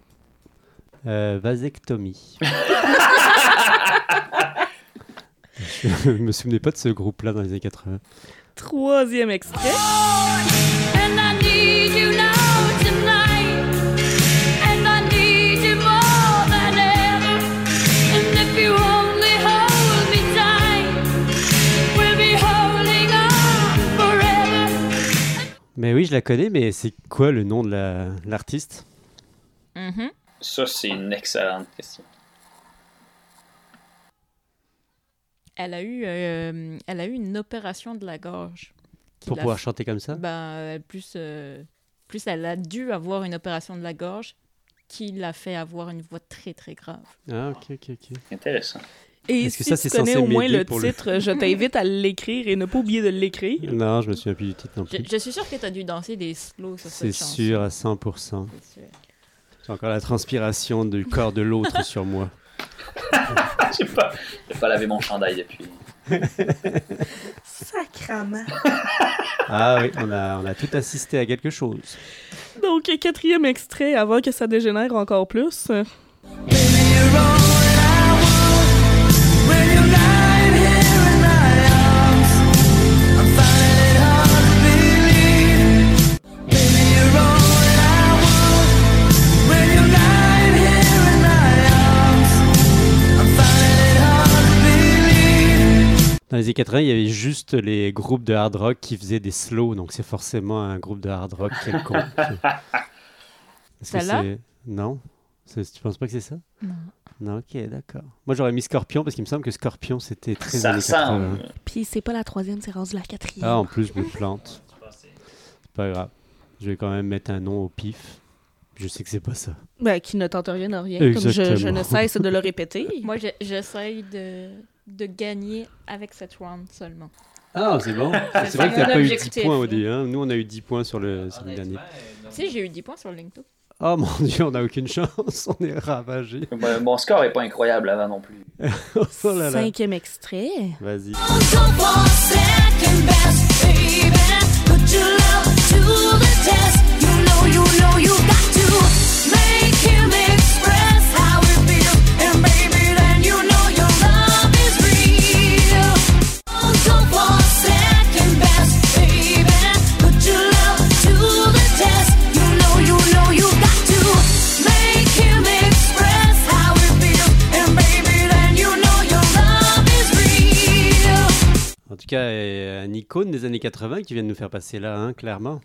Speaker 3: Euh, vasectomie. je me souvenais pas de ce groupe-là dans les années 80.
Speaker 5: Troisième extrait.
Speaker 8: And I need you now tonight. And I need you more than ever. And if you only hold me tight, we'll be holding on forever.
Speaker 3: Mais oui, je la connais, mais c'est quoi le nom de la- l'artiste
Speaker 2: Mhm.
Speaker 6: Ça, c'est une excellente question.
Speaker 2: Elle, a eu, euh, elle a eu une opération de la gorge. qui
Speaker 3: pour
Speaker 2: l'a
Speaker 3: pouvoir chanter comme ça
Speaker 2: Ben, euh, plus, euh, plus elle a dû avoir une opération de la gorge qui l'a fait avoir une voix très très grave.
Speaker 3: Ah, ok, ok, ok.
Speaker 6: Intéressant.
Speaker 5: Et
Speaker 3: Est-ce que
Speaker 5: si
Speaker 3: ça,
Speaker 5: tu
Speaker 3: c'est
Speaker 5: connais
Speaker 3: censé
Speaker 5: au moins
Speaker 3: m'aider
Speaker 5: le
Speaker 3: pour le-
Speaker 5: titre, je t'invite à l'écrire et ne pas oublier de l'écrire.
Speaker 3: Non, je me souviens plus du titre non
Speaker 2: Je,
Speaker 3: plus.
Speaker 2: je suis sûre que tu as dû danser des slows sur
Speaker 3: C'est
Speaker 2: cette chanson.
Speaker 3: sûr à 100%.
Speaker 2: C'est sûr.
Speaker 3: J'ai encore la transpiration du corps de l'autre sur moi.
Speaker 6: J'ai pas, j'ai pas lavé mon chandail depuis.
Speaker 4: Sacrament.
Speaker 3: Ah oui, on a, on a tout assisté à quelque chose.
Speaker 5: Donc, quatrième extrait, avant que ça dégénère encore plus.
Speaker 3: Dans les années 80, il y avait juste les groupes de hard rock qui faisaient des slows, donc c'est forcément un groupe de hard rock quelconque. Est-ce que
Speaker 2: Celle-là
Speaker 3: c'est- Non C'est- Tu penses pas que c'est ça
Speaker 2: Non.
Speaker 3: Non, ok, d'accord. Moi j'aurais mis Scorpion parce qu'il me semble que Scorpion c'était très
Speaker 6: Ça
Speaker 3: années 80.
Speaker 6: ressemble.
Speaker 5: Puis c'est pas la troisième, c'est rendu la quatrième.
Speaker 3: Ah, en plus, je me plante. C'est pas grave. Je vais quand même mettre un nom au pif. Je sais que c'est pas ça.
Speaker 5: Ben, qui ne tente rien à rien, comme je- je,
Speaker 3: Exactement.
Speaker 5: ne cesse de le répéter.
Speaker 2: Moi, je- j'essaye de, de gagner avec cette round seulement.
Speaker 3: Ah, c'est bon.
Speaker 2: C'est
Speaker 3: C'est vrai que t'as
Speaker 2: mon
Speaker 3: pas eu 10
Speaker 2: objectif.
Speaker 3: points, Audrey. Hein. Nous, on a eu 10 points sur le, sur le dernier.
Speaker 2: Tu sais, j'ai eu 10 points sur LinkedIn.
Speaker 3: Oh mon dieu, on a aucune chance. On est ravagé.
Speaker 6: Mon mon score est pas incroyable avant non plus.
Speaker 3: Oh là là.
Speaker 5: Cinquième extrait.
Speaker 3: Vas-y.
Speaker 8: Don't want second best, baby. Put your love to the test. You know, you know, you got to make him express how it feels. And baby, then you know your love is real. Don't want second best, baby. Put your love to the test. You know, you know, you got to make him express how it feels. And baby, then you know your love is real.
Speaker 3: En tout cas, euh, un icône des années 80 qui vient de nous faire passer là, hein, clairement.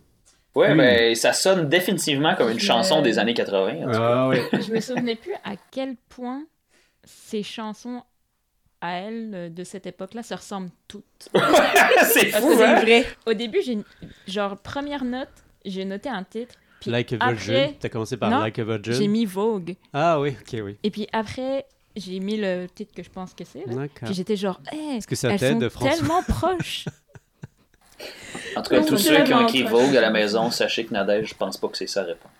Speaker 6: Ouais,
Speaker 3: Oui.
Speaker 6: mais ça sonne définitivement comme une
Speaker 2: Je-
Speaker 6: chanson des années 80. en tout cas.
Speaker 3: Ah oui.
Speaker 2: Je me souvenais plus à quel point ces chansons à elle euh, de cette époque-là se ressemblent toutes.
Speaker 6: c'est
Speaker 2: Parce
Speaker 6: fou,
Speaker 2: que
Speaker 6: hein?
Speaker 5: vrai.
Speaker 2: Au début, j'ai genre première note, j'ai noté un titre, puis
Speaker 3: Like a Virgin.
Speaker 2: après,
Speaker 3: T'as commencé par
Speaker 2: Non,
Speaker 3: Like a
Speaker 2: j'ai
Speaker 3: Virgin.
Speaker 2: mis Vogue.
Speaker 3: Ah oui, ok, oui.
Speaker 2: Et puis après, j'ai mis le titre que je pense que c'est. là.
Speaker 3: D'accord.
Speaker 2: Puis j'étais genre, hey,
Speaker 3: Est-ce que ça
Speaker 2: elles sont
Speaker 3: t'aide, François
Speaker 2: tellement proches.
Speaker 6: En tout cas,
Speaker 2: Non,
Speaker 6: tous
Speaker 2: c'est
Speaker 6: ceux qui ont
Speaker 2: vraiment
Speaker 6: écrit
Speaker 2: proche.
Speaker 6: Vogue à la maison, sachez que Nadège, je pense pas que c'est sa réponse.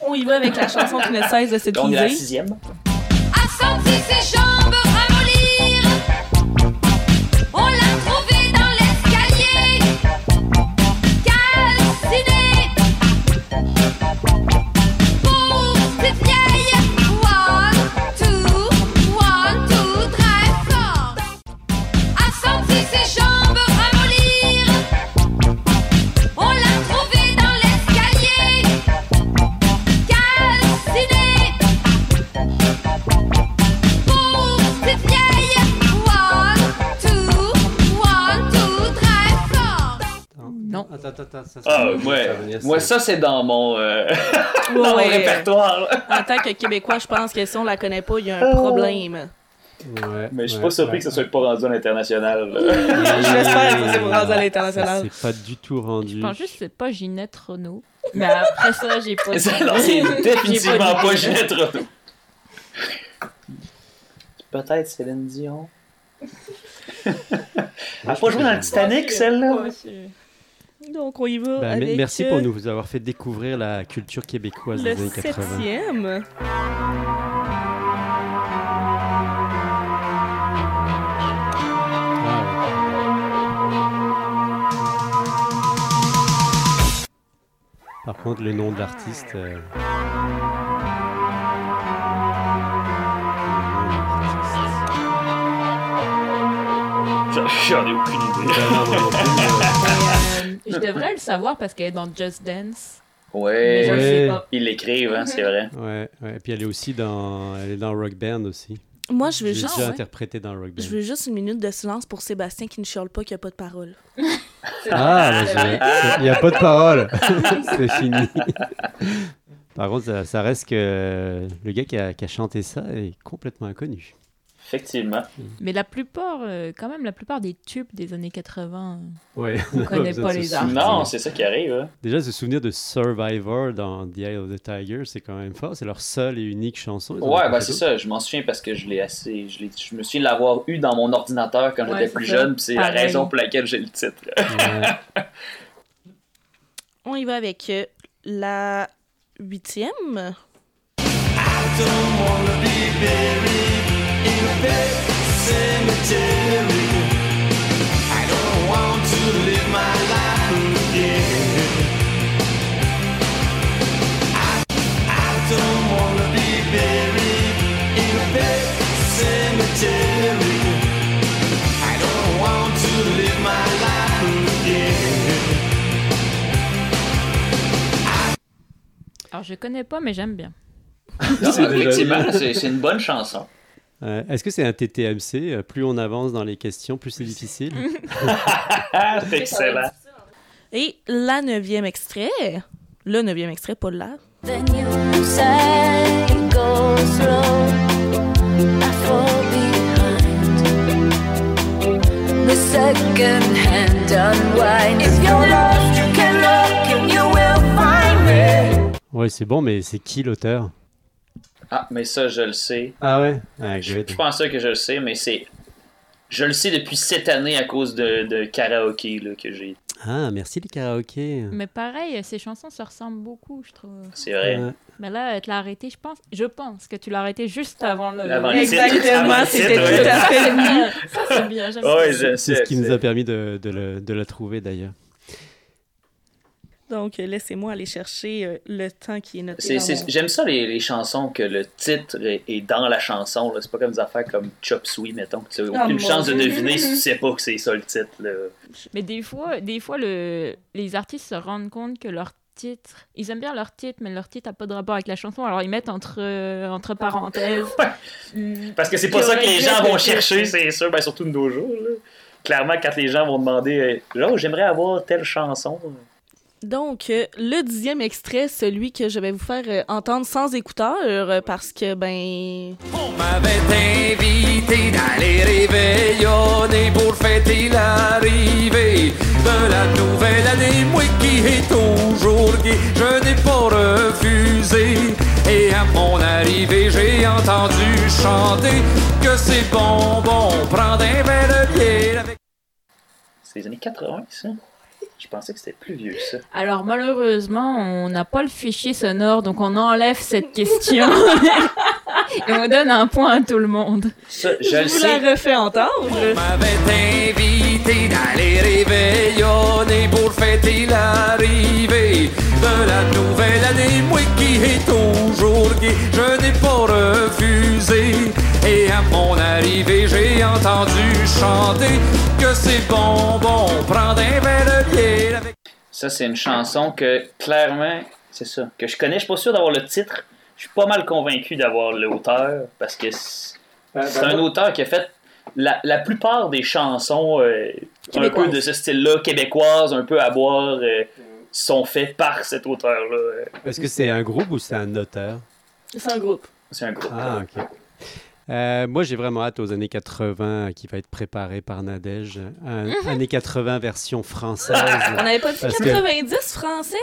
Speaker 5: On y va avec la chanson qui ne cesse de se
Speaker 6: On est à la
Speaker 5: teaser.
Speaker 6: sixième.
Speaker 8: a senti ses jambes ramollir. On l'a trouvée dans l'escalier, calme
Speaker 3: attends, attends, ça, ça
Speaker 6: Ah,
Speaker 3: va
Speaker 6: ouais.
Speaker 3: venir,
Speaker 6: Moi, ça, c'est dans mon, euh,
Speaker 5: Ouais,
Speaker 6: dans mon
Speaker 5: ouais.
Speaker 6: répertoire. là.
Speaker 5: En tant que Québécois, je pense que si on la connaît pas, il y a un problème.
Speaker 3: Ouais,
Speaker 6: Mais je suis
Speaker 3: ouais,
Speaker 6: pas surpris
Speaker 3: ouais.
Speaker 6: que ça soit pas rendu à l'international. là.
Speaker 5: Je l'espère, ça, c'est pour
Speaker 3: Ah,
Speaker 5: rendre à
Speaker 3: Ça
Speaker 5: l'international.
Speaker 3: s'est pas du tout rendu.
Speaker 2: Je pense juste que c'est pas Ginette Renault. Mais après ça, j'ai pas.
Speaker 6: non,
Speaker 2: J'ai pas
Speaker 6: c'est définitivement
Speaker 2: dit.
Speaker 6: pas Ginette Renaud. Peut-être Céline Dion. Elle a pas joué dans le Titanic, celle-là?
Speaker 2: Ouais, c'est-
Speaker 5: Donc, on y va.
Speaker 3: Ben, me-
Speaker 5: avec,
Speaker 3: merci
Speaker 5: euh,
Speaker 3: pour nous avoir fait découvrir la culture québécoise
Speaker 5: Le
Speaker 3: des années 80.
Speaker 5: septième.
Speaker 3: Ah, ouais. Par contre, le nom de l'artiste. euh, le nom de l'artiste.
Speaker 6: J'en- J'en ai aucune idée.
Speaker 3: Ben non, moi non plus,
Speaker 2: Euh, je devrais le savoir parce qu'elle est dans Just Dance. Mais je
Speaker 6: Ouais.
Speaker 2: le sais pas.
Speaker 6: Ils l'écrivent, hein, c'est vrai.
Speaker 3: euh, ouais, ouais. Et puis elle est aussi dans, elle est dans Rock Band aussi.
Speaker 5: Moi, je veux
Speaker 3: J'ai
Speaker 5: juste.
Speaker 3: déjà
Speaker 2: ouais.
Speaker 3: interprété dans Rock Band.
Speaker 5: Je veux juste une minute de silence pour Sébastien qui ne chiale pas qu'il n'y a pas de parole.
Speaker 3: Ah, il n'y a pas de parole. C'est fini. Par contre, ça, ça reste que le gars qui a, qui a chanté ça est complètement inconnu.
Speaker 6: Effectivement.
Speaker 2: Mais la plupart, euh, quand même, la plupart des tubes des années euh. 80.
Speaker 3: Ouais.
Speaker 2: On connaît pas les artistes.
Speaker 6: Non, c'est ça qui arrive. hein.
Speaker 3: Déjà, se souvenir de Survivor dans The Eye of the Tiger, c'est quand même fort. C'est leur seule et unique chanson. Ils en ont
Speaker 6: Ouais,
Speaker 3: pas
Speaker 6: bah
Speaker 3: fait
Speaker 6: c'est
Speaker 3: d'autres.
Speaker 6: ça, je m'en souviens parce que je l'ai assez. Je, l'ai- je me souviens de l'avoir eu dans mon ordinateur quand
Speaker 2: Ouais,
Speaker 6: j'étais
Speaker 2: c'est
Speaker 6: plus
Speaker 2: ça.
Speaker 6: jeune, puis c'est la
Speaker 2: Pareil.
Speaker 6: raison pour laquelle j'ai le titre.
Speaker 3: Ouais.
Speaker 5: On y va avec euh, la huitième.
Speaker 2: Alors, je connais pas, mais j'aime bien.
Speaker 6: Non,
Speaker 3: C'est déjà
Speaker 6: effectivement, c'est c'est une bonne chanson.
Speaker 3: Euh, Est-ce que c'est un TTMC Euh, Plus on avance dans les questions, plus c'est difficile.
Speaker 6: Ah, c'est excellent.
Speaker 5: Et la neuvième extrait. Le neuvième extrait, pas là.
Speaker 8: Then you say it goes slow. I fall behind. The second hand unwind. If you're lost, you can look and you will find me.
Speaker 3: Ouais, c'est bon, mais c'est qui l'auteur
Speaker 6: Ah, mais ça, je le sais.
Speaker 3: Ah ouais Ah,
Speaker 6: Je,
Speaker 3: good.
Speaker 6: je pense que je le sais, mais c'est. Je le sais depuis cette année à cause de, de karaoké là, que j'ai.
Speaker 3: Ah, merci les karaokés.
Speaker 2: Mais pareil, ces chansons se ressemblent beaucoup, je trouve.
Speaker 6: C'est vrai.
Speaker 3: Euh,
Speaker 2: Mais là, elle te l'a arrêté, je pense. Je pense que tu l'as arrêté juste avant le.
Speaker 6: Avant le titre. Avant
Speaker 5: Exactement,
Speaker 6: le
Speaker 5: c'était
Speaker 6: titre, ouais.
Speaker 5: tout à fait lui.
Speaker 2: Ça, c'est bien, j'aime ça.
Speaker 6: Ouais,
Speaker 3: c'est
Speaker 6: je
Speaker 3: ce
Speaker 6: sais,
Speaker 3: qui nous
Speaker 6: c'est-
Speaker 3: a permis de, de le- de la trouver d'ailleurs.
Speaker 5: Donc, euh, laissez-moi aller chercher euh, le temps qui est noté.
Speaker 6: C'est-
Speaker 5: dans
Speaker 6: c'est-
Speaker 5: mon-
Speaker 6: J'aime ça les, les chansons que le titre est, est dans la chanson. là. C'est pas comme des affaires comme Chop Suey, mettons. que Tu n'as
Speaker 5: Ah,
Speaker 6: aucune
Speaker 5: mon
Speaker 6: chance de
Speaker 5: Dieu.
Speaker 6: deviner si tu sais pas que c'est ça le titre. là.
Speaker 2: Mais des fois, des fois le... les artistes se rendent compte que leur titre. Ils aiment bien leur titre, mais leur titre n'a pas de rapport avec la chanson. Alors, ils mettent entre, euh, entre parenthèses. Hum,
Speaker 6: Parce que c'est pas
Speaker 2: Puis
Speaker 6: ça
Speaker 2: on
Speaker 6: que les
Speaker 2: va
Speaker 6: gens
Speaker 2: dire
Speaker 6: vont
Speaker 2: que-
Speaker 6: chercher, c'est sûr, ben, surtout de nos jours. là. Clairement, quand les gens vont demander euh, Oh, j'aimerais avoir telle chanson.
Speaker 5: Donc, euh, le dixième extrait, celui que je vais vous faire euh, entendre sans écouteurs, euh, parce que, ben...
Speaker 9: On m'avait invité d'aller réveillonner pour fêter l'arrivée de la nouvelle année. Moi qui est toujours gay, je n'ai pas refusé. Et à mon arrivée, j'ai entendu chanter que c'est bon, bon, prendre un verre de bière avec.
Speaker 6: C'est les années 80, ça. Je pensais que c'était plus vieux, ça.
Speaker 2: Alors, malheureusement, on n'a pas le fichier sonore, donc on enlève cette question. Et on donne un point à tout le monde.
Speaker 6: Ça, je le
Speaker 5: vous
Speaker 6: sais.
Speaker 5: la refais entendre.
Speaker 9: On m'avait invité d'aller réveillonner pour fêter l'arrivée de la nouvelle année. Moi qui est toujours gay, je n'ai pas refusé. Et à mon arrivée, j'ai entendu chanter que c'est bon, bon, prendre un verre de bière avec.
Speaker 6: Ça, c'est une chanson que, clairement, c'est ça, que je connais. Je suis pas sûr d'avoir le titre. Je suis pas mal convaincu d'avoir l'auteur parce que c'est c'est un auteur qui a fait la, la plupart des chansons euh, un peu
Speaker 5: Québécoise.
Speaker 6: de ce style-là, québécoise, un peu à boire, euh, sont faits par cet auteur-là. euh.
Speaker 3: Est-ce que c'est un groupe ou c'est un auteur?
Speaker 5: C'est un groupe.
Speaker 6: C'est un groupe.
Speaker 3: Ah, ok. Euh, moi, j'ai vraiment hâte aux années 80 euh, qui va être préparé par Nadège. Un-
Speaker 2: Mhm.
Speaker 3: années 80 version
Speaker 5: On
Speaker 2: Ah,
Speaker 3: française.
Speaker 5: n'avait pas dit
Speaker 3: Parce que-
Speaker 5: 90 français?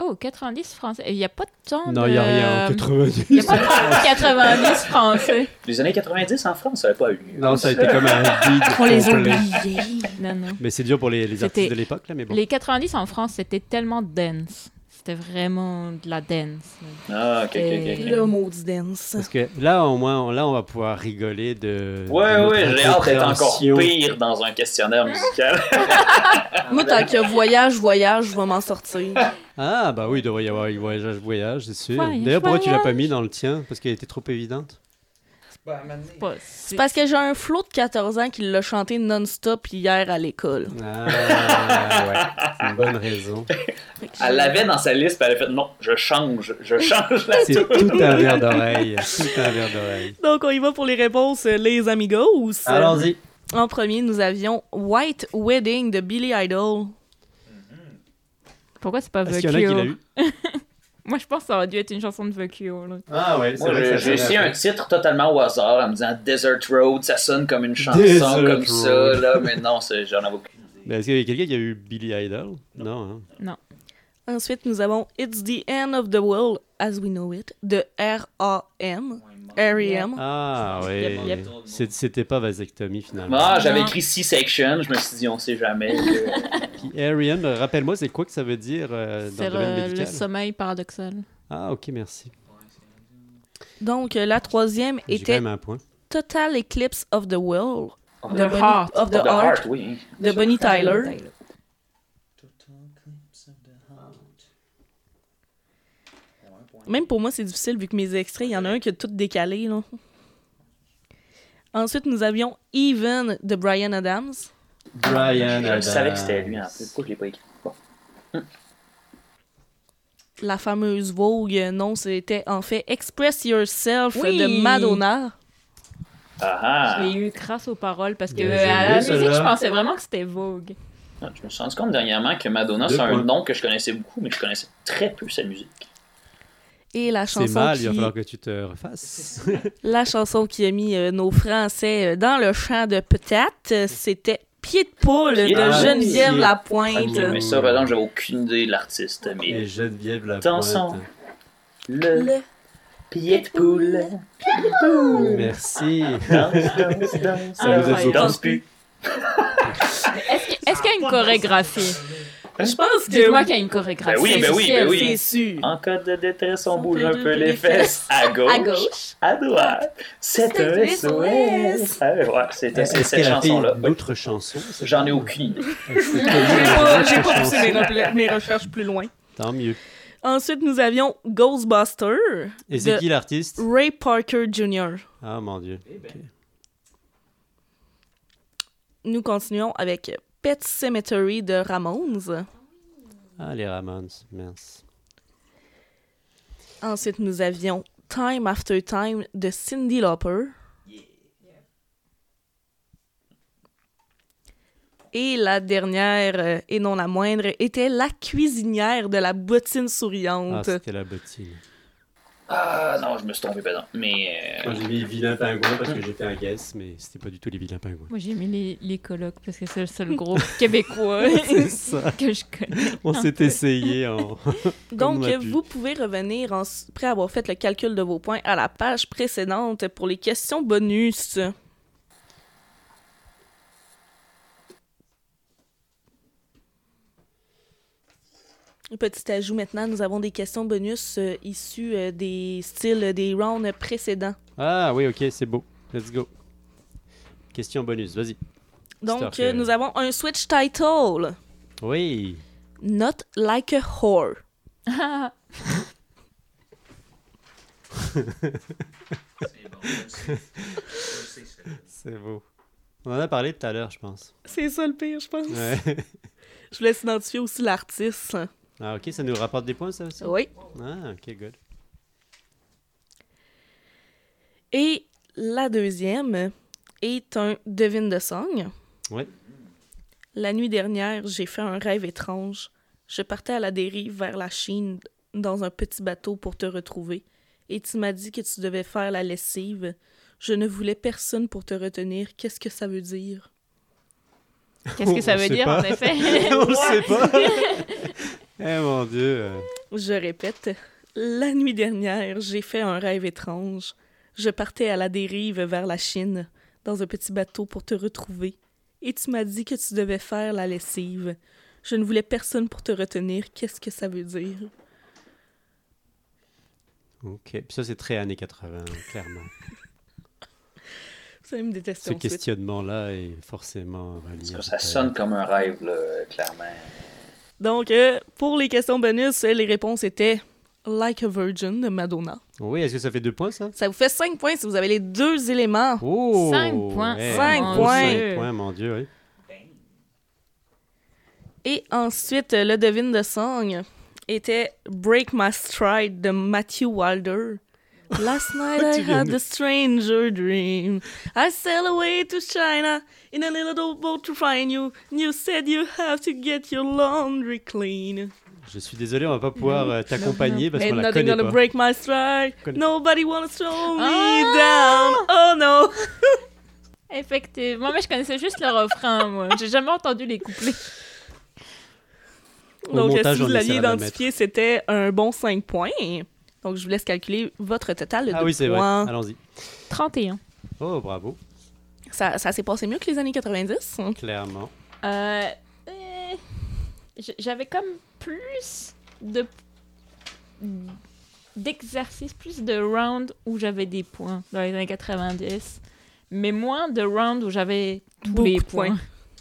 Speaker 2: Oh, 90 français. Il n'y a pas tant de temps.
Speaker 3: non, il n'y a rien en
Speaker 2: Il n'y
Speaker 3: 90.
Speaker 2: euh, a pas tant de 90 français.
Speaker 6: Les années 90 en France, ça n'avait pas eu lieu.
Speaker 3: Non, ça a été comme un vide.
Speaker 5: On les
Speaker 3: complet.
Speaker 5: oubliés.
Speaker 2: Non, non.
Speaker 3: Mais c'est dur pour les, les
Speaker 2: C'était-
Speaker 3: artistes de l'époque, là, mais bon.
Speaker 2: Les 90 en France, c'était tellement dense. C'était vraiment de la dance.
Speaker 6: Ah, ok, ok, ok.
Speaker 5: Le maudit dance.
Speaker 3: Parce que là, au moins, on- là, on va pouvoir rigoler de. de
Speaker 6: Ouais,
Speaker 3: notre
Speaker 6: ouais, j'ai hâte d'être encore
Speaker 3: incompréhension.
Speaker 6: pire dans un questionnaire musical.
Speaker 5: Moi, tant que voyage, voyage, je vais m'en sortir.
Speaker 3: Ah, bah oui, il devrait y avoir voyage, voyage, c'est sûr.
Speaker 2: Voyage,
Speaker 3: D'ailleurs, pourquoi tu l'as pas
Speaker 2: voyage.
Speaker 3: mis dans le tien Parce qu'elle était trop évidente.
Speaker 2: C'est pas- c'est-
Speaker 5: C'est parce que j'ai un flot de 14 ans qui l'a chanté non-stop hier à l'école.
Speaker 3: Ah, ouais. C'est une bonne raison.
Speaker 6: Elle l'avait dans sa liste, puis elle a fait non, je change, je change la
Speaker 3: C'est tout un verre d'oreille. Tout un verre d'oreille.
Speaker 5: Donc, on y va pour les réponses, euh, les amigos.
Speaker 3: Allons-y.
Speaker 5: En premier, nous avions White Wedding de Billy Idol.
Speaker 2: Pourquoi c'est pas
Speaker 3: Est-ce qu'il y en a qui l'a
Speaker 2: Vocure
Speaker 3: eu
Speaker 2: Moi, je pense que ça aurait dû être une chanson de Vocure. là.
Speaker 3: Ah, ouais, c'est
Speaker 6: Moi,
Speaker 3: vrai.
Speaker 6: j'ai-
Speaker 3: que
Speaker 6: j'ai
Speaker 3: ça
Speaker 6: essayé un
Speaker 3: sonne
Speaker 6: titre totalement au hasard en me disant Desert Road, ça sonne comme une chanson
Speaker 3: Desert
Speaker 6: comme ça,
Speaker 3: Road.
Speaker 6: là, mais non, c'est- j'en avais aucune.
Speaker 3: un peu. Mais Est-ce qu'il y a quelqu'un qui a eu Billy Idol Non. hein.
Speaker 5: Ensuite, nous avons It's the End of the World as We Know It de R.A.M. R.E.M.
Speaker 3: Ah, ouais.
Speaker 2: Yep, yep.
Speaker 3: C'est- C'était pas vasectomie finalement.
Speaker 6: Ah, j'avais
Speaker 2: Non.
Speaker 6: écrit C-Section, je me suis dit, on sait jamais. euh,
Speaker 3: Puis Ariane, rappelle-moi, c'est quoi que ça veut dire euh, dans
Speaker 2: C'est
Speaker 3: le domaine
Speaker 2: le, le
Speaker 3: médical
Speaker 2: sommeil paradoxal.
Speaker 3: Ah, ok, merci.
Speaker 5: Donc, euh, la troisième
Speaker 3: J'ai
Speaker 5: était
Speaker 3: quand même un point.
Speaker 5: Total Eclipse of the World
Speaker 6: Of
Speaker 5: de
Speaker 2: the Heart.
Speaker 5: Bonnie- of the
Speaker 6: Of the
Speaker 5: Heart
Speaker 6: Heart, oui.
Speaker 5: de Bonnie Tyler. Même pour moi, c'est difficile vu que mes extraits, il y en a un qui a tout décalé. Là. Ensuite, nous avions Even de Brian Adams.
Speaker 3: Brian
Speaker 6: Je savais que c'était lui hein. en plus. Pourquoi je l'ai pas écrit Bon.
Speaker 5: La fameuse Vogue, euh, non, c'était en fait Express Yourself
Speaker 2: Oui.
Speaker 5: de Madonna.
Speaker 6: Ah
Speaker 2: Je l'ai eu grâce aux paroles parce que
Speaker 3: Bien
Speaker 2: euh,
Speaker 3: joué,
Speaker 2: à la musique,
Speaker 3: celle-là.
Speaker 2: je pensais vraiment que c'était Vogue.
Speaker 6: ah. Je me suis rendu compte dernièrement que Madonna,
Speaker 3: Deux
Speaker 6: c'est un
Speaker 3: points.
Speaker 6: nom que je connaissais beaucoup, mais je connaissais très peu sa musique.
Speaker 5: Et la
Speaker 3: C'est
Speaker 5: chanson,
Speaker 3: mal, il va
Speaker 5: qui,
Speaker 3: falloir que tu te refasses.
Speaker 5: la chanson qui a mis euh, nos Français euh, dans le champ de peut-être, euh, c'était Pied de poule
Speaker 6: Pied
Speaker 5: de
Speaker 6: de poule.
Speaker 5: Geneviève
Speaker 3: Pied-
Speaker 5: Lapointe.
Speaker 3: Euh.
Speaker 6: Mais ça, par exemple, j'avais aucune idée de l'artiste, mais.
Speaker 3: Et Geneviève la
Speaker 6: Dans son- Le pied de poule.
Speaker 3: Merci.
Speaker 6: Danse, danse, danse.
Speaker 3: Ça nous
Speaker 2: Incroyable.
Speaker 3: a
Speaker 6: Danse plus.
Speaker 2: Est-ce que- est-ce qu'il y a une chorégraphie
Speaker 5: Je pense que
Speaker 2: Dites-moi qu'il y a une chorégraphie.
Speaker 6: Ben oui, ben oui,
Speaker 2: officielle.
Speaker 6: ben oui.
Speaker 5: c'est sûr.
Speaker 6: En cas de détresse, on
Speaker 5: Ça
Speaker 6: bouge
Speaker 5: fait
Speaker 6: un
Speaker 5: deux
Speaker 6: peu
Speaker 5: des
Speaker 6: les fesses. À gauche.
Speaker 2: À gauche.
Speaker 6: à droite. C'est un SOS. Ah ouais, ouais,
Speaker 3: Euh,
Speaker 6: c'était c'est cette chanson-là.
Speaker 3: une
Speaker 6: Ouais.
Speaker 3: autre chanson cette
Speaker 6: J'en ai
Speaker 3: chanson?
Speaker 6: aucune idée.
Speaker 3: Est-ce que t'as eu
Speaker 5: J'ai
Speaker 3: une
Speaker 5: pas,
Speaker 3: autre
Speaker 5: j'ai pas poussé
Speaker 3: chanson?
Speaker 5: mes, repla- mes recherches plus loin.
Speaker 3: Tant mieux.
Speaker 5: Ensuite, nous avions Ghostbuster
Speaker 3: Et c'est
Speaker 5: de
Speaker 3: qui l'artiste
Speaker 5: Ray Parker Jr.
Speaker 3: Ah, mon Dieu.
Speaker 5: Nous continuons avec Pet Cemetery de Ramones.
Speaker 3: Ah, les Ramones, mince.
Speaker 5: Ensuite, nous avions Time After Time de Cindy Lauper. Et la dernière, euh, et non la moindre, était La cuisinière de la bottine
Speaker 3: Ah,
Speaker 5: souriante.
Speaker 3: c'était la bottine.
Speaker 6: Ah non, je me suis trompé, pardon. Mais euh,
Speaker 3: Ah, J'ai mis vilain pingouin parce que j'étais un guess, mais c'était pas du tout les vilains pingouins.
Speaker 2: Moi, j'ai mis les, les colocs parce que c'est le seul groupe québécois
Speaker 3: C'est ça.
Speaker 2: que je connais.
Speaker 3: On s'est essayé en. Comme
Speaker 5: Donc,
Speaker 3: on a pu.
Speaker 5: vous pouvez revenir en- après avoir fait le calcul de vos points à la page précédente pour les questions bonus. Petit ajout maintenant, nous avons des questions bonus euh, issues euh, des styles des rounds précédents.
Speaker 3: Ah oui, ok, c'est beau. Let's go. Question bonus, vas-y.
Speaker 5: Donc,
Speaker 3: Stuff,
Speaker 5: euh,
Speaker 3: euh.
Speaker 5: nous avons un switch title.
Speaker 3: Oui.
Speaker 5: Not like a whore.
Speaker 2: Ah,
Speaker 3: C'est beau. On en a parlé tout à l'heure, je pense.
Speaker 5: C'est ça le pire, je pense.
Speaker 3: Ouais.
Speaker 5: Je vous laisse identifier aussi l'artiste.
Speaker 3: Ah, ok, ça nous rapporte des points, ça aussi?
Speaker 5: Oui.
Speaker 3: Ah, ok, good.
Speaker 5: Et la deuxième est un devine de song.
Speaker 3: Ouais.
Speaker 5: La nuit dernière, j'ai fait un rêve étrange. Je partais à la dérive vers la Chine dans un petit bateau pour te retrouver, et tu m'as dit que tu devais faire la lessive. Je ne voulais personne pour te retenir. Qu'est-ce que ça veut dire?
Speaker 2: Qu'est-ce
Speaker 3: On
Speaker 2: que ça veut
Speaker 3: sait
Speaker 2: dire,
Speaker 3: pas.
Speaker 2: en effet
Speaker 3: On le sait pas. Eh mon Dieu. euh,
Speaker 5: Je répète, la nuit dernière, j'ai fait un rêve étrange. Je partais à la dérive vers la Chine, dans un petit bateau pour te retrouver, et tu m'as dit que tu devais faire la lessive. Je ne voulais personne pour te retenir. Qu'est-ce que ça veut dire?
Speaker 3: Ok. Puis ça, c'est très années 80, clairement.
Speaker 5: Ça me déteste
Speaker 3: Ce
Speaker 5: ensuite.
Speaker 3: questionnement-là est forcément relié. à
Speaker 6: Ça
Speaker 3: votre-
Speaker 6: sonne comme un rêve, là, clairement.
Speaker 5: Donc, euh, pour les questions bonus, euh, les réponses étaient Like a Virgin de Madonna.
Speaker 3: Oui, est-ce que ça fait deux points, ça?
Speaker 5: Ça vous fait 5 points si vous avez les deux éléments.
Speaker 3: Oh!
Speaker 2: Cinq points.
Speaker 3: eh,
Speaker 5: Cinq
Speaker 3: mon
Speaker 5: points.
Speaker 3: Dieu, cinq points, mon Dieu, oui.
Speaker 5: Et ensuite, euh, le devine de song était Break My Stride de Matthew Wilder. Last night I
Speaker 3: viens
Speaker 5: had
Speaker 3: de-
Speaker 5: a stranger dream. I sail away to China in a little boat to find you. And you said you have to get your laundry clean.
Speaker 3: Je suis désolé, on va pas pouvoir euh, t'accompagner parce qu'on
Speaker 5: Ain't
Speaker 3: la
Speaker 5: nothing
Speaker 3: connaît
Speaker 5: gonna
Speaker 3: pas. Ah!
Speaker 5: break my stride.
Speaker 3: Connais-
Speaker 5: Nobody wanna slow me down. Oh no.
Speaker 2: Effectivement, mais je connaissais juste le refrain, moi. J'ai jamais entendu les couplets.
Speaker 3: Au
Speaker 5: Donc,
Speaker 3: montage,
Speaker 5: si vous
Speaker 3: on
Speaker 5: l'aviez
Speaker 3: essaiera de la mettre.
Speaker 5: identifié, c'était un bon 5 points. Donc, je vous laisse calculer votre total de
Speaker 3: Ah oui, c'est vrai.
Speaker 5: points.
Speaker 3: Allons-y.
Speaker 2: 31.
Speaker 3: Oh, bravo.
Speaker 5: Ça, ça s'est passé mieux que les années hein, 90.
Speaker 3: Clairement.
Speaker 2: Euh, euh, j- J'avais comme plus de d'exercices, plus de rounds où j'avais des points dans les années 90, mais moins de rounds où j'avais tous
Speaker 5: Beaucoup hein.
Speaker 2: les
Speaker 5: de points.
Speaker 2: points.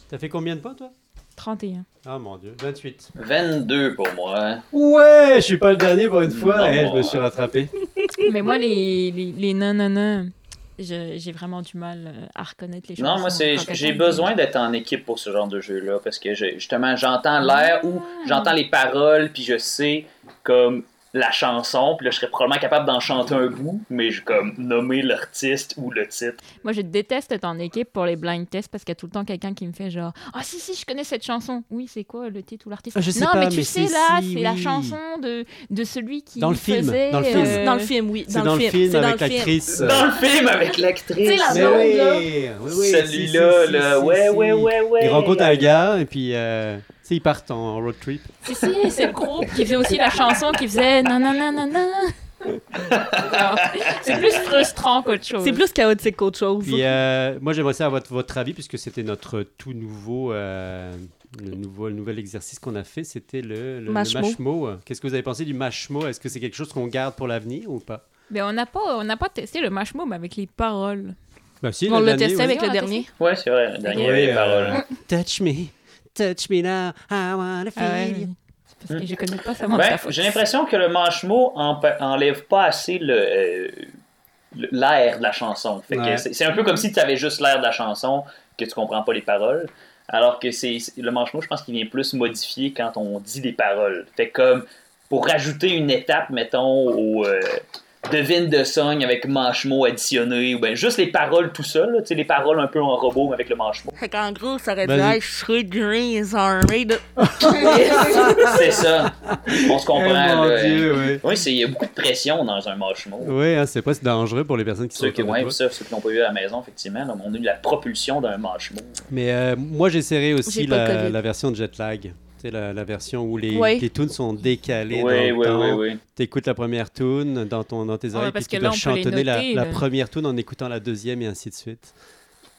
Speaker 3: T'as fait combien de points, toi?
Speaker 2: 31.
Speaker 3: Ah mon Dieu, 28.
Speaker 6: 22 pour moi.
Speaker 3: Ouais, je suis pas le dernier pour une
Speaker 6: Non.
Speaker 3: fois. Eh, je me suis rattrapé.
Speaker 2: Mais moi, les, les, les non, non, non, je- j'ai vraiment du mal euh, à reconnaître les choses.
Speaker 6: Non, moi, c'est, j'ai besoin d'être en équipe pour ce genre de jeu-là parce que j'ai- justement, j'entends l'air ou j'entends les paroles, puis je sais comme la chanson, puis là, je serais probablement capable d'en chanter un bout, mais je comme nommer l'artiste ou le titre.
Speaker 2: Moi, je déteste être en équipe pour les blind tests parce qu'il y a tout le temps quelqu'un qui me fait genre Ah, si, si, je connais cette chanson. Oui, c'est quoi le titre ou l'artiste
Speaker 3: Ah, je sais
Speaker 2: Non,
Speaker 3: pas,
Speaker 2: mais tu
Speaker 3: mais
Speaker 2: sais,
Speaker 3: c'est
Speaker 2: là,
Speaker 3: si,
Speaker 2: c'est la
Speaker 3: oui.
Speaker 2: chanson de, de celui qui.
Speaker 3: Dans le film,
Speaker 2: faisait,
Speaker 3: dans le film.
Speaker 2: euh,
Speaker 5: Dans le film, oui.
Speaker 3: C'est dans le film
Speaker 5: c'est dans
Speaker 3: avec
Speaker 5: le film.
Speaker 3: l'actrice.
Speaker 6: Dans le film avec
Speaker 5: Tu sais,
Speaker 6: l'actrice.
Speaker 5: la
Speaker 3: Mais
Speaker 5: blonde,
Speaker 3: oui,
Speaker 5: là.
Speaker 3: oui, oui, si, si,
Speaker 6: Celui-là,
Speaker 3: si,
Speaker 6: là.
Speaker 3: si,
Speaker 6: ouais,
Speaker 3: si.
Speaker 6: ouais, ouais, ouais.
Speaker 3: Ils rencontrent un gars et puis, euh, tu sais, ils partent en road trip.
Speaker 2: Si, si, c'est le groupe qui faisait aussi la chanson qui faisait Non, non, non, non, non. Alors, C'est plus frustrant qu'autre chose.
Speaker 5: C'est plus chaotique qu'autre chose.
Speaker 3: Puis, euh, moi, j'aimerais savoir votre, votre avis, puisque c'était notre tout nouveau, euh, le nouveau, le nouvel exercice qu'on a fait, c'était le, le, le
Speaker 5: Mashmo.
Speaker 3: mashmo. Qu'est-ce que vous avez pensé du mashmo Est-ce que c'est quelque chose qu'on garde pour l'avenir ou pas
Speaker 2: Mais on n'a pas, on n'a pas testé le mashmoum avec les paroles.
Speaker 3: Bah, si,
Speaker 5: on l'a
Speaker 3: l'année,
Speaker 5: testé
Speaker 3: oui.
Speaker 5: avec
Speaker 2: Oui,
Speaker 5: le
Speaker 2: on l'a
Speaker 5: dernier.
Speaker 6: Ouais, c'est vrai, le dernier
Speaker 3: Oui,
Speaker 6: avec les
Speaker 3: euh,
Speaker 6: paroles.
Speaker 3: Touch me, touch me now, I wanna feel
Speaker 2: Ah ouais,
Speaker 3: you.
Speaker 2: mais- Parce que je connais pas ça.
Speaker 6: Ben, j'ai l'impression que le manchemot enlève pas assez le, euh, le- l'air de la chanson. Fait que
Speaker 3: Ouais.
Speaker 6: c'est, c'est un peu comme si tu avais juste l'air de la chanson, que tu comprends pas les paroles. Alors que c'est, c'est- le manchemot, je pense qu'il vient plus modifier quand on dit des paroles. Fait comme pour rajouter une étape, mettons, au euh, devine de song avec manchemot additionné, ou ben juste les paroles tout seul, là, tu sais, les paroles un peu en robot mais avec le manchemot.
Speaker 1: Fait qu'en gros, ça aurait dû
Speaker 3: Vas-y.
Speaker 1: être Shrewd Greens Army de.
Speaker 6: c'est ça. On se comprend.
Speaker 3: Eh, mon
Speaker 6: là. euh.
Speaker 3: Dieu, ouais.
Speaker 6: Oui, c'est- il y a beaucoup de pression dans un manchemot.
Speaker 3: Oui, hein, c'est pas c'est dangereux pour les personnes qui sont
Speaker 6: Ceux qui,
Speaker 3: autour de
Speaker 6: ouais,
Speaker 3: toi.
Speaker 6: ça, ceux qui l'ont pas eu à la maison, effectivement, là, on a eu la propulsion d'un manchemot.
Speaker 3: Mais euh, moi, j'essaierai
Speaker 5: J'ai
Speaker 3: aussi
Speaker 5: pas le
Speaker 3: la,
Speaker 5: Covid.
Speaker 3: la version de Jetlag. C'est la, la version où les,
Speaker 5: Ouais.
Speaker 3: les tunes sont décalées dans
Speaker 6: Oui, oui,
Speaker 3: le
Speaker 6: oui,
Speaker 3: temps.
Speaker 6: oui,
Speaker 3: T'écoutes la première tune dans, ton, dans tes
Speaker 2: Ah Ouais,
Speaker 3: oreilles,
Speaker 2: parce
Speaker 3: puis tu
Speaker 2: que
Speaker 3: dois
Speaker 2: là, on peut les
Speaker 3: chantonner la,
Speaker 2: noter,
Speaker 3: la
Speaker 2: là.
Speaker 3: première tune en écoutant la deuxième et ainsi de suite.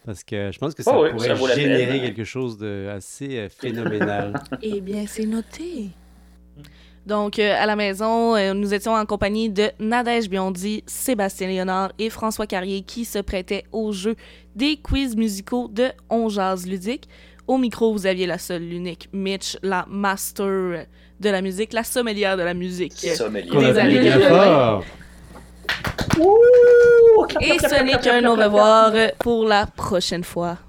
Speaker 3: Parce que je pense que ça
Speaker 6: Oh oui, ça
Speaker 3: pourrait
Speaker 6: vaut la peine,
Speaker 3: générer
Speaker 6: hein.
Speaker 3: quelque chose de assez euh, phénoménal.
Speaker 5: Eh bien, c'est noté. Donc, euh, à la maison, euh, nous étions en compagnie de Nadège Biondi, Sébastien Léonard et François Carrier qui se prêtaient au jeu des quiz musicaux de On Jazz Ludique. Au micro, vous aviez la seule, l'unique Mitch, la master de la musique, la sommelière de la musique.
Speaker 6: Sommelier.
Speaker 3: Qu'on appelle
Speaker 5: années
Speaker 3: bien
Speaker 5: 80.
Speaker 3: fort.
Speaker 5: Et ce n'est qu'un au revoir pour la prochaine fois.